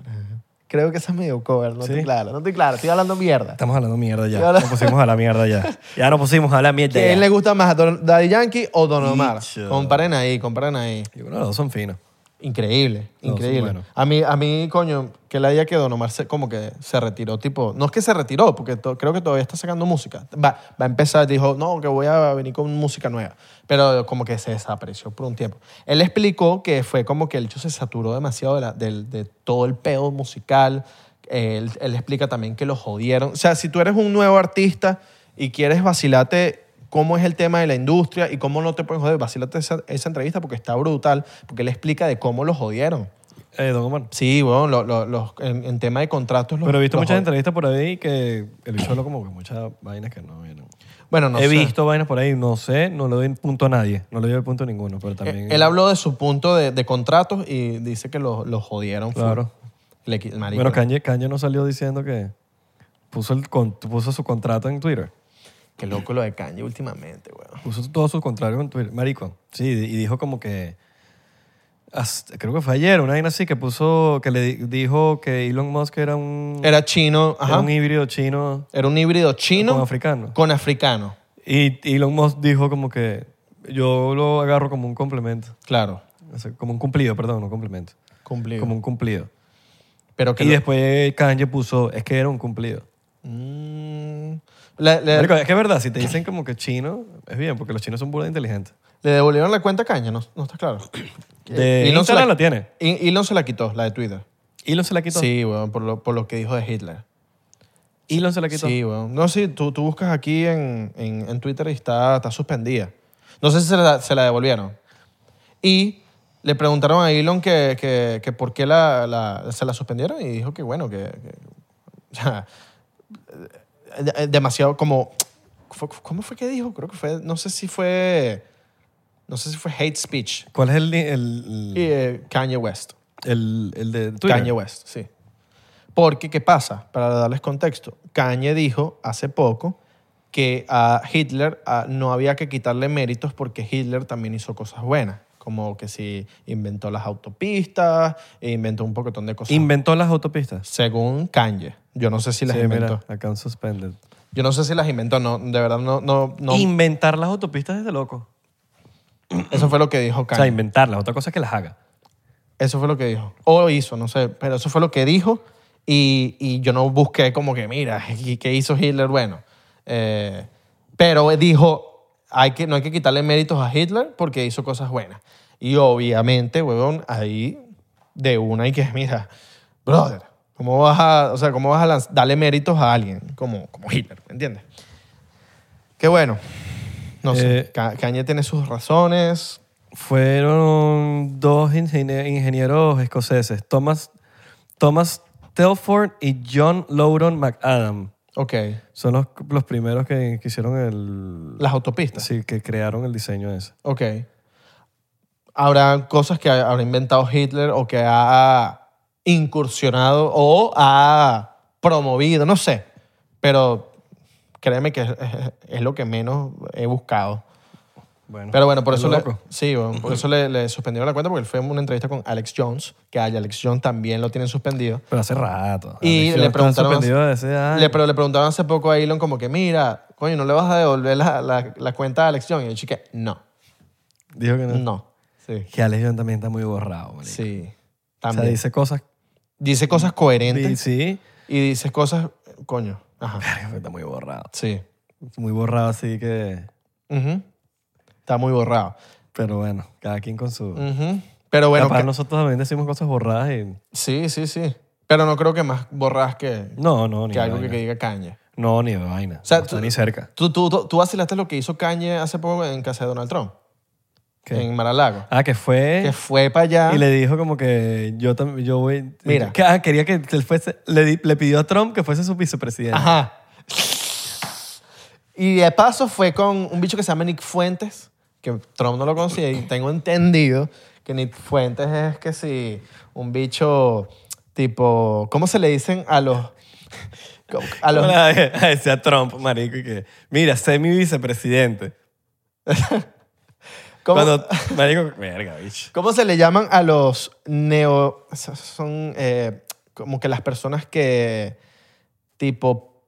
Speaker 1: Creo que esa es medio cover, no
Speaker 2: Sí.
Speaker 1: estoy claro, no estoy claro, estoy hablando mierda.
Speaker 2: Estamos hablando mierda ya.
Speaker 1: Yo la-
Speaker 2: Nos pusimos a la mierda ya. Ya nos pusimos a la mierda
Speaker 1: ¿Quién
Speaker 2: ya.
Speaker 1: le gusta más, Don- Daddy Yankee o Don Omar?
Speaker 2: Dicho.
Speaker 1: Comparen ahí, comparen ahí.
Speaker 2: Y bueno, los dos son finos.
Speaker 1: Increíble,
Speaker 2: No,
Speaker 1: increíble.
Speaker 2: sí, bueno.
Speaker 1: a, mí, a mí, coño, que la idea que Don Omar se- como que se retiró, tipo, no es que se retiró, porque to- creo que todavía está sacando música. Va, va a empezar, dijo, no, que voy a venir con música nueva. Pero como que se desapareció por un tiempo. Él explicó que fue como que el hecho se saturó demasiado de, la- del- de todo el pedo musical. Él, él explica también que lo jodieron. O sea, si tú eres un nuevo artista y quieres vacilarte cómo es el tema de la industria y cómo no te pueden joder. Vacílate esa, esa entrevista porque está brutal, porque él explica de cómo los jodieron.
Speaker 2: Eh, Don Omar.
Speaker 1: Sí, bueno, lo- lo- los, en, en tema de contratos los
Speaker 2: Pero he visto
Speaker 1: los
Speaker 2: muchas
Speaker 1: jodieron.
Speaker 2: entrevistas por ahí que el bicho habló como que muchas vainas que no eran.
Speaker 1: Bueno, no sé.
Speaker 2: He visto vainas por ahí, no sé, no le doy punto a nadie. No le doy punto a ninguno, pero
Speaker 1: Eh,
Speaker 2: también...
Speaker 1: Él habló de su punto de, de contratos y dice que los los jodieron. full.
Speaker 2: Claro.
Speaker 1: Le qui- marico.
Speaker 2: Bueno, Kanye, Kanye no salió diciendo que puso, el, con- puso su contrato en Twitter.
Speaker 1: Qué loco lo de Kanye últimamente, weón.
Speaker 2: Puso todos sus contratos en Twitter. Marico, sí, y dijo como que... hasta- creo que fue ayer, una vaina así que puso, que le di- dijo que Elon Musk era un,
Speaker 1: Era chino,
Speaker 2: era
Speaker 1: ajá.
Speaker 2: un híbrido chino
Speaker 1: Era un híbrido chino
Speaker 2: con africano.
Speaker 1: con africano.
Speaker 2: Y Elon Musk dijo como que yo lo agarro como un complemento.
Speaker 1: Claro.
Speaker 2: O sea, como un cumplido, perdón, no complemento.
Speaker 1: Cumplido.
Speaker 2: Como un cumplido.
Speaker 1: Pero que
Speaker 2: Y
Speaker 1: lo-
Speaker 2: después Kanye puso, es que era un cumplido.
Speaker 1: Mm. le, le-
Speaker 2: Marico, es que es verdad, si te dicen como que chino, es bien, porque los chinos son burda inteligentes.
Speaker 1: le devolvieron la cuenta a Kanye, ¿no, no está claro?
Speaker 2: De
Speaker 1: Elon se
Speaker 2: Instagram la tiene.
Speaker 1: I- Elon se la quitó, la de Twitter.
Speaker 2: Elon se la quitó.
Speaker 1: Sí, weón, por lo, por lo que dijo de Hitler.
Speaker 2: Elon se la quitó.
Speaker 1: Sí, weón. No, sí, tú, tú buscas aquí en, en- en Twitter y está, está suspendida. No sé si se la, se la devolvieron. Y le preguntaron a Elon que, que- que por qué la, la- se la suspendieron y dijo que bueno, que... que- o sea, eh, eh, demasiado como... fue- ¿Cómo fue que dijo? Creo que fue... No sé si fue... No sé si fue hate speech.
Speaker 2: ¿Cuál es el, el,
Speaker 1: Y, eh, Kanye West.
Speaker 2: el- el de Twitter?
Speaker 1: Kanye West, sí. Porque, ¿qué pasa? Para darles contexto, Kanye dijo hace poco que a Hitler ah, no había que quitarle méritos porque Hitler también hizo cosas buenas, como que si inventó las autopistas, e inventó un poquitón de cosas.
Speaker 2: Inventó las autopistas.
Speaker 1: según Kanye. Yo no sé si las
Speaker 2: sí,
Speaker 1: inventó.
Speaker 2: mira, acá en Suspended.
Speaker 1: Yo no sé si las inventó, no, de verdad no, no, no.
Speaker 2: Inventar las autopistas es de loco.
Speaker 1: Eso fue lo que dijo
Speaker 2: O sea,
Speaker 1: Kanye.
Speaker 2: inventarlas. Otra cosa es que las haga.
Speaker 1: Eso fue lo que dijo. O hizo, no sé, pero eso fue lo que dijo y, y yo no busqué como que, mira, ¿y ¿qué hizo Hitler? Bueno, eh, pero dijo, hay que, no hay que quitarle méritos a Hitler porque hizo cosas buenas. Y obviamente, huevón, ahí de una y que, mira, brother, ¿cómo vas a, o sea, cómo vas a lanz- darle méritos a alguien como, como Hitler? ¿Me entiendes? Qué bueno. No
Speaker 2: Eh,
Speaker 1: sé, Ka- Kanye tiene sus razones.
Speaker 2: Fueron dos ingenie- ingenieros escoceses, Thomas, Thomas Telford y John Lowron McAdam.
Speaker 1: Ok.
Speaker 2: Son los, los primeros que, que hicieron el...
Speaker 1: Las autopistas.
Speaker 2: Sí, que crearon el diseño ese.
Speaker 1: Ok. Habrá cosas que habrá inventado Hitler o que ha incursionado o ha promovido, no sé. Pero créeme que es, es lo que menos he buscado.
Speaker 2: Bueno,
Speaker 1: Pero bueno, por
Speaker 2: es
Speaker 1: eso, le,
Speaker 2: lo loco.
Speaker 1: sí, bueno, por eso le, le suspendieron la cuenta porque él fue en una entrevista con Alex Jones, que a Alex Jones también lo tienen suspendido.
Speaker 2: Pero hace rato.
Speaker 1: Y le
Speaker 2: Alex Jones está
Speaker 1: preguntaron-
Speaker 2: suspendido desde hace años.
Speaker 1: Le, pero le preguntaron hace poco a Elon como que, mira, coño, ¿no le vas a devolver la, la- la cuenta a Alex Jones? Y yo dije, no,
Speaker 2: Dijo que no.
Speaker 1: no. Sí.
Speaker 2: Que Alex Jones también está muy borrado. marico.
Speaker 1: Mm. Sí.
Speaker 2: Ah. O sea,
Speaker 1: También.
Speaker 2: dice cosas...
Speaker 1: dice cosas
Speaker 2: Mm.
Speaker 1: coherentes
Speaker 2: Sí,
Speaker 1: y dices cosas, coño, ajá,
Speaker 2: está muy borrado.
Speaker 1: sí.
Speaker 2: Muy borrado así que...
Speaker 1: Ujú. Está muy borrado.
Speaker 2: Pero bueno, cada quien con su...
Speaker 1: Ujú. Pero Mm, bueno,
Speaker 2: Capaz
Speaker 1: que-
Speaker 2: nosotros también decimos cosas borradas y...
Speaker 1: sí, sí, sí. Pero no creo que más borras que,
Speaker 2: No, no, ni
Speaker 1: que algo que,
Speaker 2: vaina.
Speaker 1: que diga Caña.
Speaker 2: No, ni de vaina.
Speaker 1: sea,
Speaker 2: no está
Speaker 1: tú-
Speaker 2: ni cerca.
Speaker 1: ¿Tú, tú, tú, tú vacilaste lo que hizo Caña hace poco en casa de Donald Trump,
Speaker 2: ¿Qué?
Speaker 1: en Maralago,
Speaker 2: Ah, que fue.
Speaker 1: que fue para allá.
Speaker 2: y le dijo como que yo también, yo voy.
Speaker 1: Mira.
Speaker 2: Que, ah, quería que él fuese. Le, di- le pidió a Trump que fuese su vicepresidente.
Speaker 1: Ajá. Y de paso fue con un bicho que se llama Nick Fuentes, que Trump no lo consigue y tengo entendido que Nick Fuentes es que si un bicho tipo, ¿cómo se le dicen a los... A los
Speaker 2: Hola, eh, decía Trump, marico, y que, mira, sé mi vicepresidente.
Speaker 1: ¿cómo,
Speaker 2: Cuando, marico, verga, bicho.
Speaker 1: cómo se le llaman a los neo... Son eh, como que las personas que tipo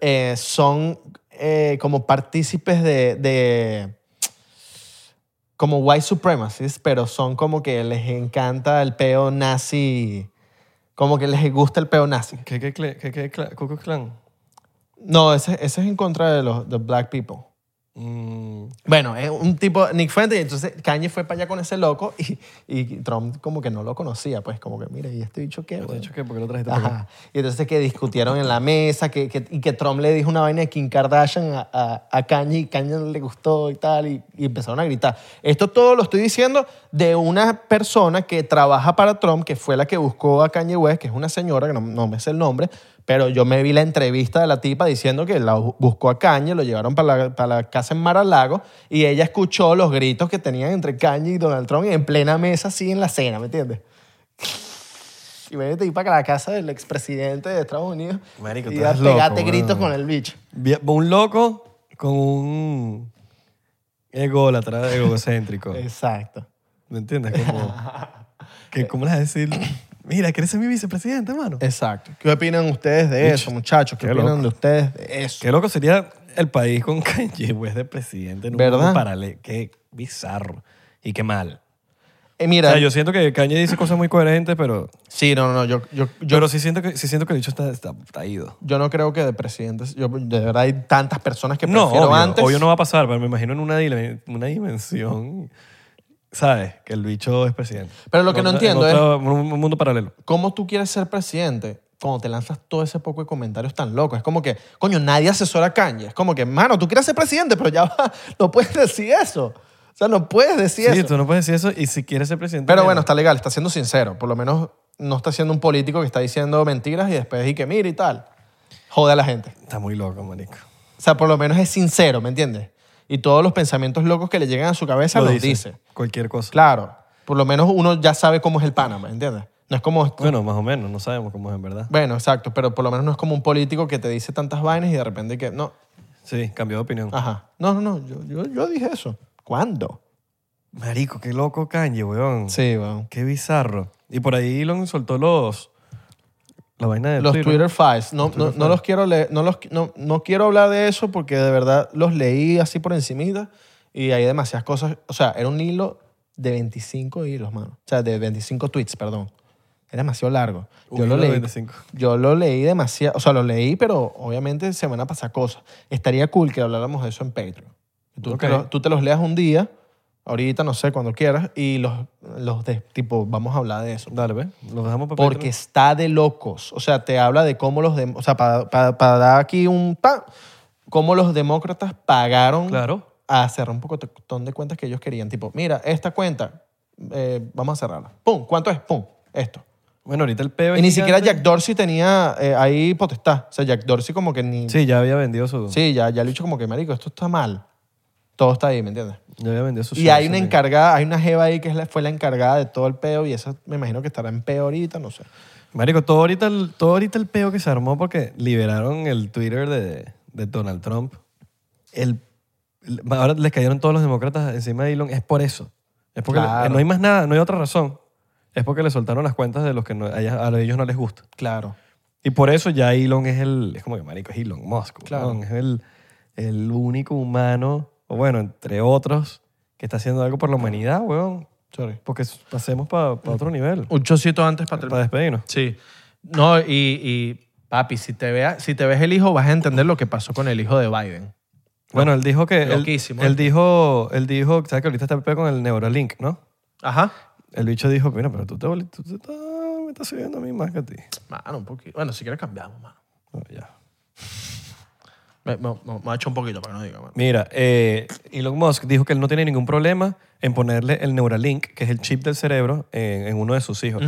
Speaker 1: eh, son eh, como partícipes de, de- como white supremacists, pero son como que les encanta el peo nazi, como que les gusta el peo nazi.
Speaker 2: ¿Qué, qué, cle- qué, qué, cla- Ku Klux Klan?
Speaker 1: No, ese, ese es en contra de los de black people.
Speaker 2: Mm,
Speaker 1: Bueno, es un tipo, Nick Fuentes, y entonces Kanye fue para allá con ese loco y, y Trump como que no lo conocía, pues como que, mira, ¿y este bicho qué?
Speaker 2: ¿te he
Speaker 1: weón?"
Speaker 2: dicho qué? ¿Por qué lo trajiste para acá?
Speaker 1: Ajá. Y entonces que discutieron en la mesa que, que- y que Trump le dijo una vaina de Kim Kardashian a, a, a Kanye y Kanye no le gustó y tal y, y empezaron a gritar. Esto todo lo estoy diciendo de una persona que trabaja para Trump, que fue la que buscó a Kanye West, que es una señora, que no, no me sé el nombre, Pero yo me vi la entrevista de la tipa diciendo que la bu- buscó a Kanye, lo llevaron para la, para la casa en Mar-a-Lago y ella escuchó los gritos que tenían entre Kanye y Donald Trump en plena mesa, así en la cena, ¿me entiendes? Y me ir para la casa del expresidente de Estados Unidos
Speaker 2: Marico,
Speaker 1: y
Speaker 2: tú
Speaker 1: a
Speaker 2: eres loco,
Speaker 1: pegarte
Speaker 2: weón.
Speaker 1: gritos con el bicho.
Speaker 2: Vie- Un loco con un ególatra, egocéntrico.
Speaker 1: Exacto.
Speaker 2: ¿Me entiendes? Como, que, ¿Cómo le vas a decir? Mira, ¿quieres ser mi vicepresidente, mano?
Speaker 1: Exacto.
Speaker 3: ¿Qué opinan ustedes de eso, muchachos? ¿Qué,
Speaker 2: qué
Speaker 3: opinan
Speaker 2: loco.
Speaker 3: de ustedes de eso?
Speaker 2: Qué loco sería el país con Kanye West de presidente en un
Speaker 1: ¿Verdad?
Speaker 2: mundo paralelo. Qué bizarro y qué mal.
Speaker 1: Eh,
Speaker 2: O
Speaker 1: mira,
Speaker 2: sea, yo siento que Kanye dice cosas muy coherentes, pero,
Speaker 1: sí, no, no, no, yo, yo, yo,
Speaker 2: pero sí siento que sí siento que el dicho está, está, está ido.
Speaker 1: yo no creo que de presidentes, yo, de verdad hay tantas personas que
Speaker 2: No,
Speaker 1: prefiero
Speaker 2: obvio,
Speaker 1: antes.
Speaker 2: obvio no va a pasar, pero me imagino en una, dile- una dimensión, ¿sabes? Que el bicho es presidente.
Speaker 1: Pero lo que
Speaker 2: En
Speaker 1: no
Speaker 2: otra-
Speaker 1: entiendo
Speaker 2: en otro- un un mundo paralelo.
Speaker 1: ¿Cómo tú quieres ser presidente cuando te lanzas todo ese poco de comentarios tan locos? Es como que, coño, nadie asesora a Kanye. Es como que, mano, tú quieres ser presidente, pero ya va, no puedes decir eso. O sea, no puedes decir
Speaker 2: Sí,
Speaker 1: eso.
Speaker 2: tú no puedes decir eso y si quieres ser presidente.
Speaker 1: Pero
Speaker 2: mira,
Speaker 1: bueno, está legal, está siendo sincero. Por lo menos no está siendo un político que está diciendo mentiras y después y que mira y tal. Jode a la gente.
Speaker 2: Está muy loco, marico.
Speaker 1: O sea, por lo menos es sincero, ¿me entiendes? Y todos los pensamientos locos que le llegan a su cabeza
Speaker 2: Lo
Speaker 1: los
Speaker 2: dice.
Speaker 1: dice.
Speaker 2: Cualquier cosa.
Speaker 1: Claro. Por lo menos uno ya sabe cómo es el Panamá, ¿me entiendes? No es como
Speaker 2: Bueno, más o menos, no sabemos cómo es en verdad.
Speaker 1: Bueno, exacto, pero por lo menos no es como un político que te dice tantas vainas y de repente que no,
Speaker 2: Sí, cambió de opinión.
Speaker 1: ajá, no, no, no, yo, yo, yo dije eso. ¿Cuándo?
Speaker 2: Marico, qué loco Kanye, weón.
Speaker 1: Sí, weón.
Speaker 2: Qué bizarro. Y por ahí Elon soltó los. La vaina de
Speaker 1: Los Twitter files, no, no, no los quiero leer, no, los, no, no quiero hablar de eso porque de verdad los leí así por encimita y hay demasiadas cosas, o sea, era un hilo de 25 hilos, mano, o sea, de 25 tweets, perdón. Era demasiado largo.
Speaker 2: Un
Speaker 1: yo
Speaker 2: hilo
Speaker 1: lo
Speaker 2: de
Speaker 1: leí.
Speaker 2: 25.
Speaker 1: Yo lo leí demasiado, o sea, lo leí, pero obviamente se van a pasar cosas. Estaría cool que habláramos de eso en Patreon. Tú,
Speaker 2: Ok.
Speaker 1: te, lo- tú te los leas un día, ahorita, no sé, cuando quieras, y los, los de, tipo, vamos a hablar de eso.
Speaker 2: Dale, pues. ve. Los dejamos para
Speaker 1: Porque está de locos. O sea, te habla de cómo los... dem- o sea, para, para- para dar aquí un... pa- cómo los demócratas pagaron
Speaker 2: Claro.
Speaker 1: a cerrar un pocotón de cuentas que ellos querían. Tipo, mira, esta cuenta, eh, vamos a cerrarla. ¡Pum! ¿Cuánto es? ¡Pum! Esto.
Speaker 2: Bueno, ahorita el peo. es
Speaker 1: Y ni
Speaker 2: gigante.
Speaker 1: siquiera Jack Dorsey tenía eh, ahí potestad. O sea, Jack Dorsey como que ni...
Speaker 2: Sí, ya había vendido su.
Speaker 1: Sí, ya, ya le he dicho como que, marico, esto está mal. Todo está ahí, ¿me entiendes?
Speaker 2: Ya había vendido su.
Speaker 1: Y hay
Speaker 2: shares
Speaker 1: una
Speaker 2: ahí.
Speaker 1: encargada, hay una jeva ahí que es la- fue la encargada de todo el peo y esa me imagino que estará en peo ahorita, no sé.
Speaker 2: Marico, todo ahorita, el- todo ahorita el peo que se armó porque liberaron el Twitter de, de Donald Trump. El, el- ahora les cayeron todos los demócratas encima de Elon. Es por eso. Es porque le-
Speaker 1: Claro.
Speaker 2: no hay más nada, no hay otra razón. Es porque le soltaron las cuentas de los que no- a ellas- a ellos no les gusta.
Speaker 1: Claro.
Speaker 2: Y por eso ya Elon es el. Es como que marico, es Elon Musk.
Speaker 1: Claro.
Speaker 2: weón. Es el, el único humano, o bueno, entre otros, que está haciendo algo por la humanidad, weón.
Speaker 1: Sorry.
Speaker 2: Porque s- pasemos para otro nivel.
Speaker 1: Un chocito antes
Speaker 2: Para despedirnos.
Speaker 1: Sí. No, y, y, papi, si te, vea, si te ves el hijo, vas a entender lo que pasó con el hijo de Biden.
Speaker 2: Bueno, él dijo que. Él,
Speaker 1: Loquísimo,
Speaker 2: él
Speaker 1: ¿eh?
Speaker 2: dijo, él dijo, ¿sabes que ahorita está el peo con el Neuralink, no?
Speaker 1: Ajá.
Speaker 2: El bicho dijo, mira, pero tú te, vol- tú te estás- me estás subiendo a mí más que a ti.
Speaker 1: Mano, un poquito. Bueno, si quieres cambiamos, mano.
Speaker 2: No, ya.
Speaker 1: Me, me, me- me ha hecho un poquito para que no diga, mano.
Speaker 2: Mira, eh, Elon Musk dijo que él no tiene ningún problema en ponerle el Neuralink, que es el chip del cerebro, en, en uno de sus hijos.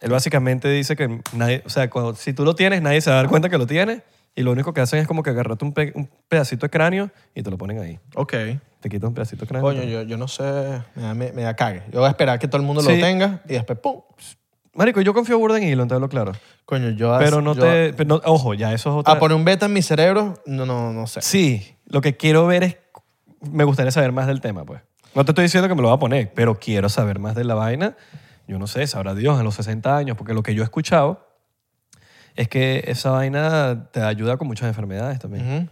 Speaker 2: Él básicamente dice que nadie, o sea, cuando- si tú lo tienes, nadie se va a dar cuenta que lo tienes y lo único que hacen es como que agarrarte un, pe- un pedacito de cráneo y te lo ponen ahí.
Speaker 1: Ok.
Speaker 2: Te quitan un pedacito de cráneo.
Speaker 1: Coño, yo, yo no sé. Me da, me, me da cague. Yo voy a esperar que todo el mundo
Speaker 2: Sí.
Speaker 1: lo tenga y después ¡pum!
Speaker 2: Marico, yo confío burda en Elon, te hablo claro.
Speaker 1: Coño, yo...
Speaker 2: Pero no
Speaker 1: yo- Ah,
Speaker 2: te... pero no- ojo, ya eso es otra...
Speaker 1: A poner un beta en mi cerebro, no, no, no sé.
Speaker 2: Sí, lo que quiero ver es... Me gustaría saber más del tema, pues. No te estoy diciendo que me lo va a poner, pero quiero saber más de la vaina. Yo no sé, sabrá Dios, en los 60 años, porque lo que yo he escuchado es que esa vaina te ayuda con muchas enfermedades también.
Speaker 1: Ujú.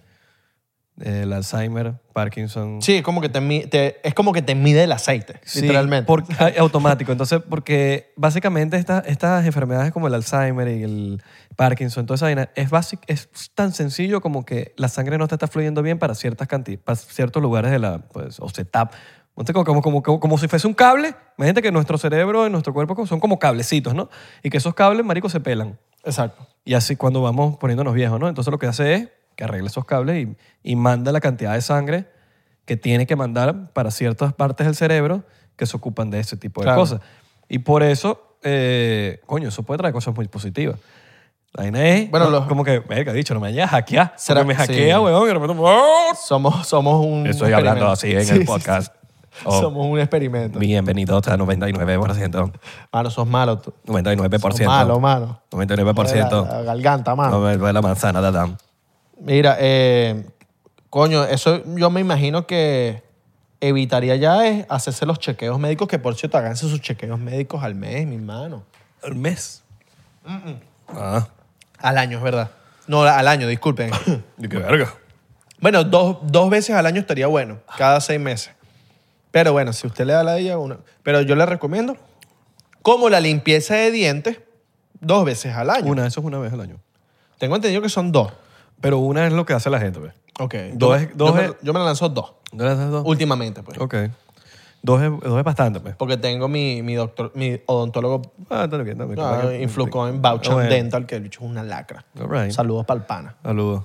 Speaker 2: El Alzheimer, Parkinson.
Speaker 1: Sí, es como que te, mi- te- es como que te mide el aceite,
Speaker 2: Sí,
Speaker 1: literalmente.
Speaker 2: por- ay, automático. Entonces, porque básicamente esta- estas enfermedades como el Alzheimer y el Parkinson, toda esa vaina, es, basic, es tan sencillo como que la sangre no te está fluyendo bien para ciertas cantidades, para ciertos lugares de la, pues, o se tap- Ponte Como, como, como, como, como si fuese un cable. Imagínate que nuestro cerebro y nuestro cuerpo son como cablecitos, ¿no? Y que esos cables, marico, se pelan.
Speaker 1: Exacto.
Speaker 2: Y así cuando vamos poniéndonos viejos, ¿no? Entonces lo que hace es que arregle esos cables y, y manda la cantidad de sangre que tiene que mandar para ciertas partes del cerebro que se ocupan de ese tipo de
Speaker 1: Claro.
Speaker 2: cosas. Y por eso, eh, coño, eso puede traer cosas muy positivas. La vaina es
Speaker 1: Bueno,
Speaker 2: no,
Speaker 1: los-
Speaker 2: como que, verga, dicho, no me vayas a hackear.
Speaker 1: Será-
Speaker 2: Será me
Speaker 1: sí.
Speaker 2: hackea, weón, y de repente, ¡oh!
Speaker 1: Somos, somos un.
Speaker 2: Estoy hablando
Speaker 1: experimento.
Speaker 2: así en
Speaker 1: Sí, sí,
Speaker 2: el
Speaker 1: sí.
Speaker 2: podcast. Oh,
Speaker 1: Somos un experimento.
Speaker 2: bienvenidos a 99%.
Speaker 1: Mano, sos malo tú.
Speaker 2: 99%.
Speaker 1: Sos malo, mano.
Speaker 2: 99%.
Speaker 1: La, la garganta, mano.
Speaker 2: No me ve la manzana, Dadam.
Speaker 1: Mira, eh, coño, eso yo me imagino que evitaría ya es hacerse los chequeos médicos, que por cierto, háganse sus chequeos médicos al mes, mi hermano.
Speaker 2: Al mes. Ah,
Speaker 1: Al año, es verdad. No, al año, disculpen.
Speaker 2: y qué verga.
Speaker 1: bueno, dos, dos veces al año estaría bueno, cada seis meses. Pero bueno, si usted le da la de ella, una. Pero yo le recomiendo, como la limpieza de dientes, dos veces al año.
Speaker 2: Una, eso es una vez al año.
Speaker 1: Tengo entendido que son dos.
Speaker 2: Pero una es lo que hace la gente, pues. ¿ves?
Speaker 1: Ok.
Speaker 2: Dos
Speaker 1: yo,
Speaker 2: es- dos
Speaker 1: yo me,
Speaker 2: es-
Speaker 1: yo me la lanzo dos,
Speaker 2: ¿No le haces dos?
Speaker 1: últimamente, pues.
Speaker 2: Ok. Dos es, dos es bastante, pues.
Speaker 1: Porque tengo mi, mi doctor, mi odontólogo
Speaker 2: Ah, está bien, está bien.
Speaker 1: Ah,
Speaker 2: Capaz que-
Speaker 1: influcó en Bauchan
Speaker 2: Bueno,
Speaker 1: Dental, que el bicho es una lacra.
Speaker 2: all right.
Speaker 1: Saludos para el pana.
Speaker 2: Saludos.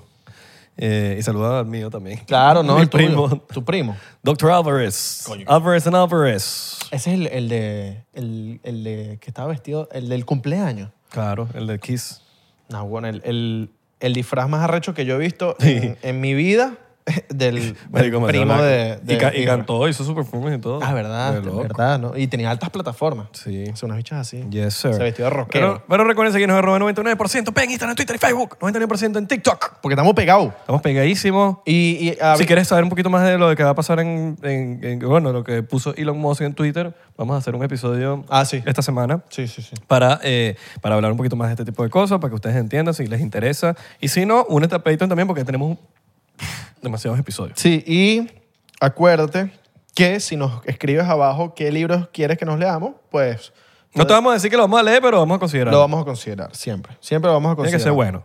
Speaker 2: Eh, y saludos al mío también.
Speaker 1: Claro, ¿no?
Speaker 2: Mi
Speaker 1: el tuyo,
Speaker 2: primo.
Speaker 1: Tu primo.
Speaker 2: Doctor Álvarez.
Speaker 1: Coño.
Speaker 2: Álvarez and Álvarez.
Speaker 1: Ese es el, el de, el, el de que estaba vestido, el del cumpleaños.
Speaker 2: Claro, el de Kiss.
Speaker 1: No, bueno, el, el, el disfraz más arrecho que yo he visto en, en mi vida del, del
Speaker 2: Marico, me dio
Speaker 1: primo
Speaker 2: la-
Speaker 1: de, de
Speaker 2: y, ca- y
Speaker 1: Isra.
Speaker 2: cantó, hizo su performance y todo.
Speaker 1: Ah, verdad,
Speaker 2: De loco.
Speaker 1: verdad, ¿no? Y tenía altas plataformas.
Speaker 2: Sí.
Speaker 1: Son unas bichas así.
Speaker 2: Yes, sir.
Speaker 1: Se vestió de rockero.
Speaker 2: Pero, pero recuerden seguirnos en arroba 99% en Instagram, Twitter y Facebook. 99% en TikTok.
Speaker 1: Porque estamos pegados.
Speaker 2: Estamos pegadísimos.
Speaker 1: Y, y, a-
Speaker 2: Si quieres saber un poquito más de lo que va a pasar en, en- en- bueno, lo que puso Elon Musk en Twitter, vamos a hacer un episodio
Speaker 1: Ah, sí.
Speaker 2: esta semana
Speaker 1: Sí, sí, sí.
Speaker 2: para, eh, para hablar un poquito más de este tipo de cosas, para que ustedes entiendan si les interesa. Y si no, únete a Patreon también porque tenemos demasiados episodios.
Speaker 1: Sí, y acuérdate que si nos escribes abajo qué libros quieres que nos leamos, pues
Speaker 2: No te vamos a decir que lo vamos a leer, pero vamos a considerar.
Speaker 1: lo vamos a considerar siempre. Siempre lo vamos a
Speaker 2: Tiene que
Speaker 1: considerar.
Speaker 2: ser bueno.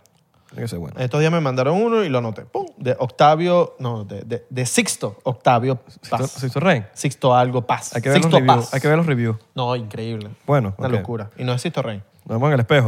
Speaker 2: Tiene que ser bueno.
Speaker 1: Estos días me mandaron uno y lo anoté. ¡Pum! De Octavio, no, de, de, de Sixto Octavio
Speaker 2: Sixto-
Speaker 1: Paz.
Speaker 2: Sixto Rey.
Speaker 1: Sixto algo Paz.
Speaker 2: Hay que ver los
Speaker 1: Sixto
Speaker 2: reviews.
Speaker 1: Paz.
Speaker 2: Hay que ver los reviews.
Speaker 1: No, increíble.
Speaker 2: Bueno,
Speaker 1: Una
Speaker 2: ok.
Speaker 1: locura. Y no es Sixto Rey.
Speaker 2: Nos vemos en el espejo.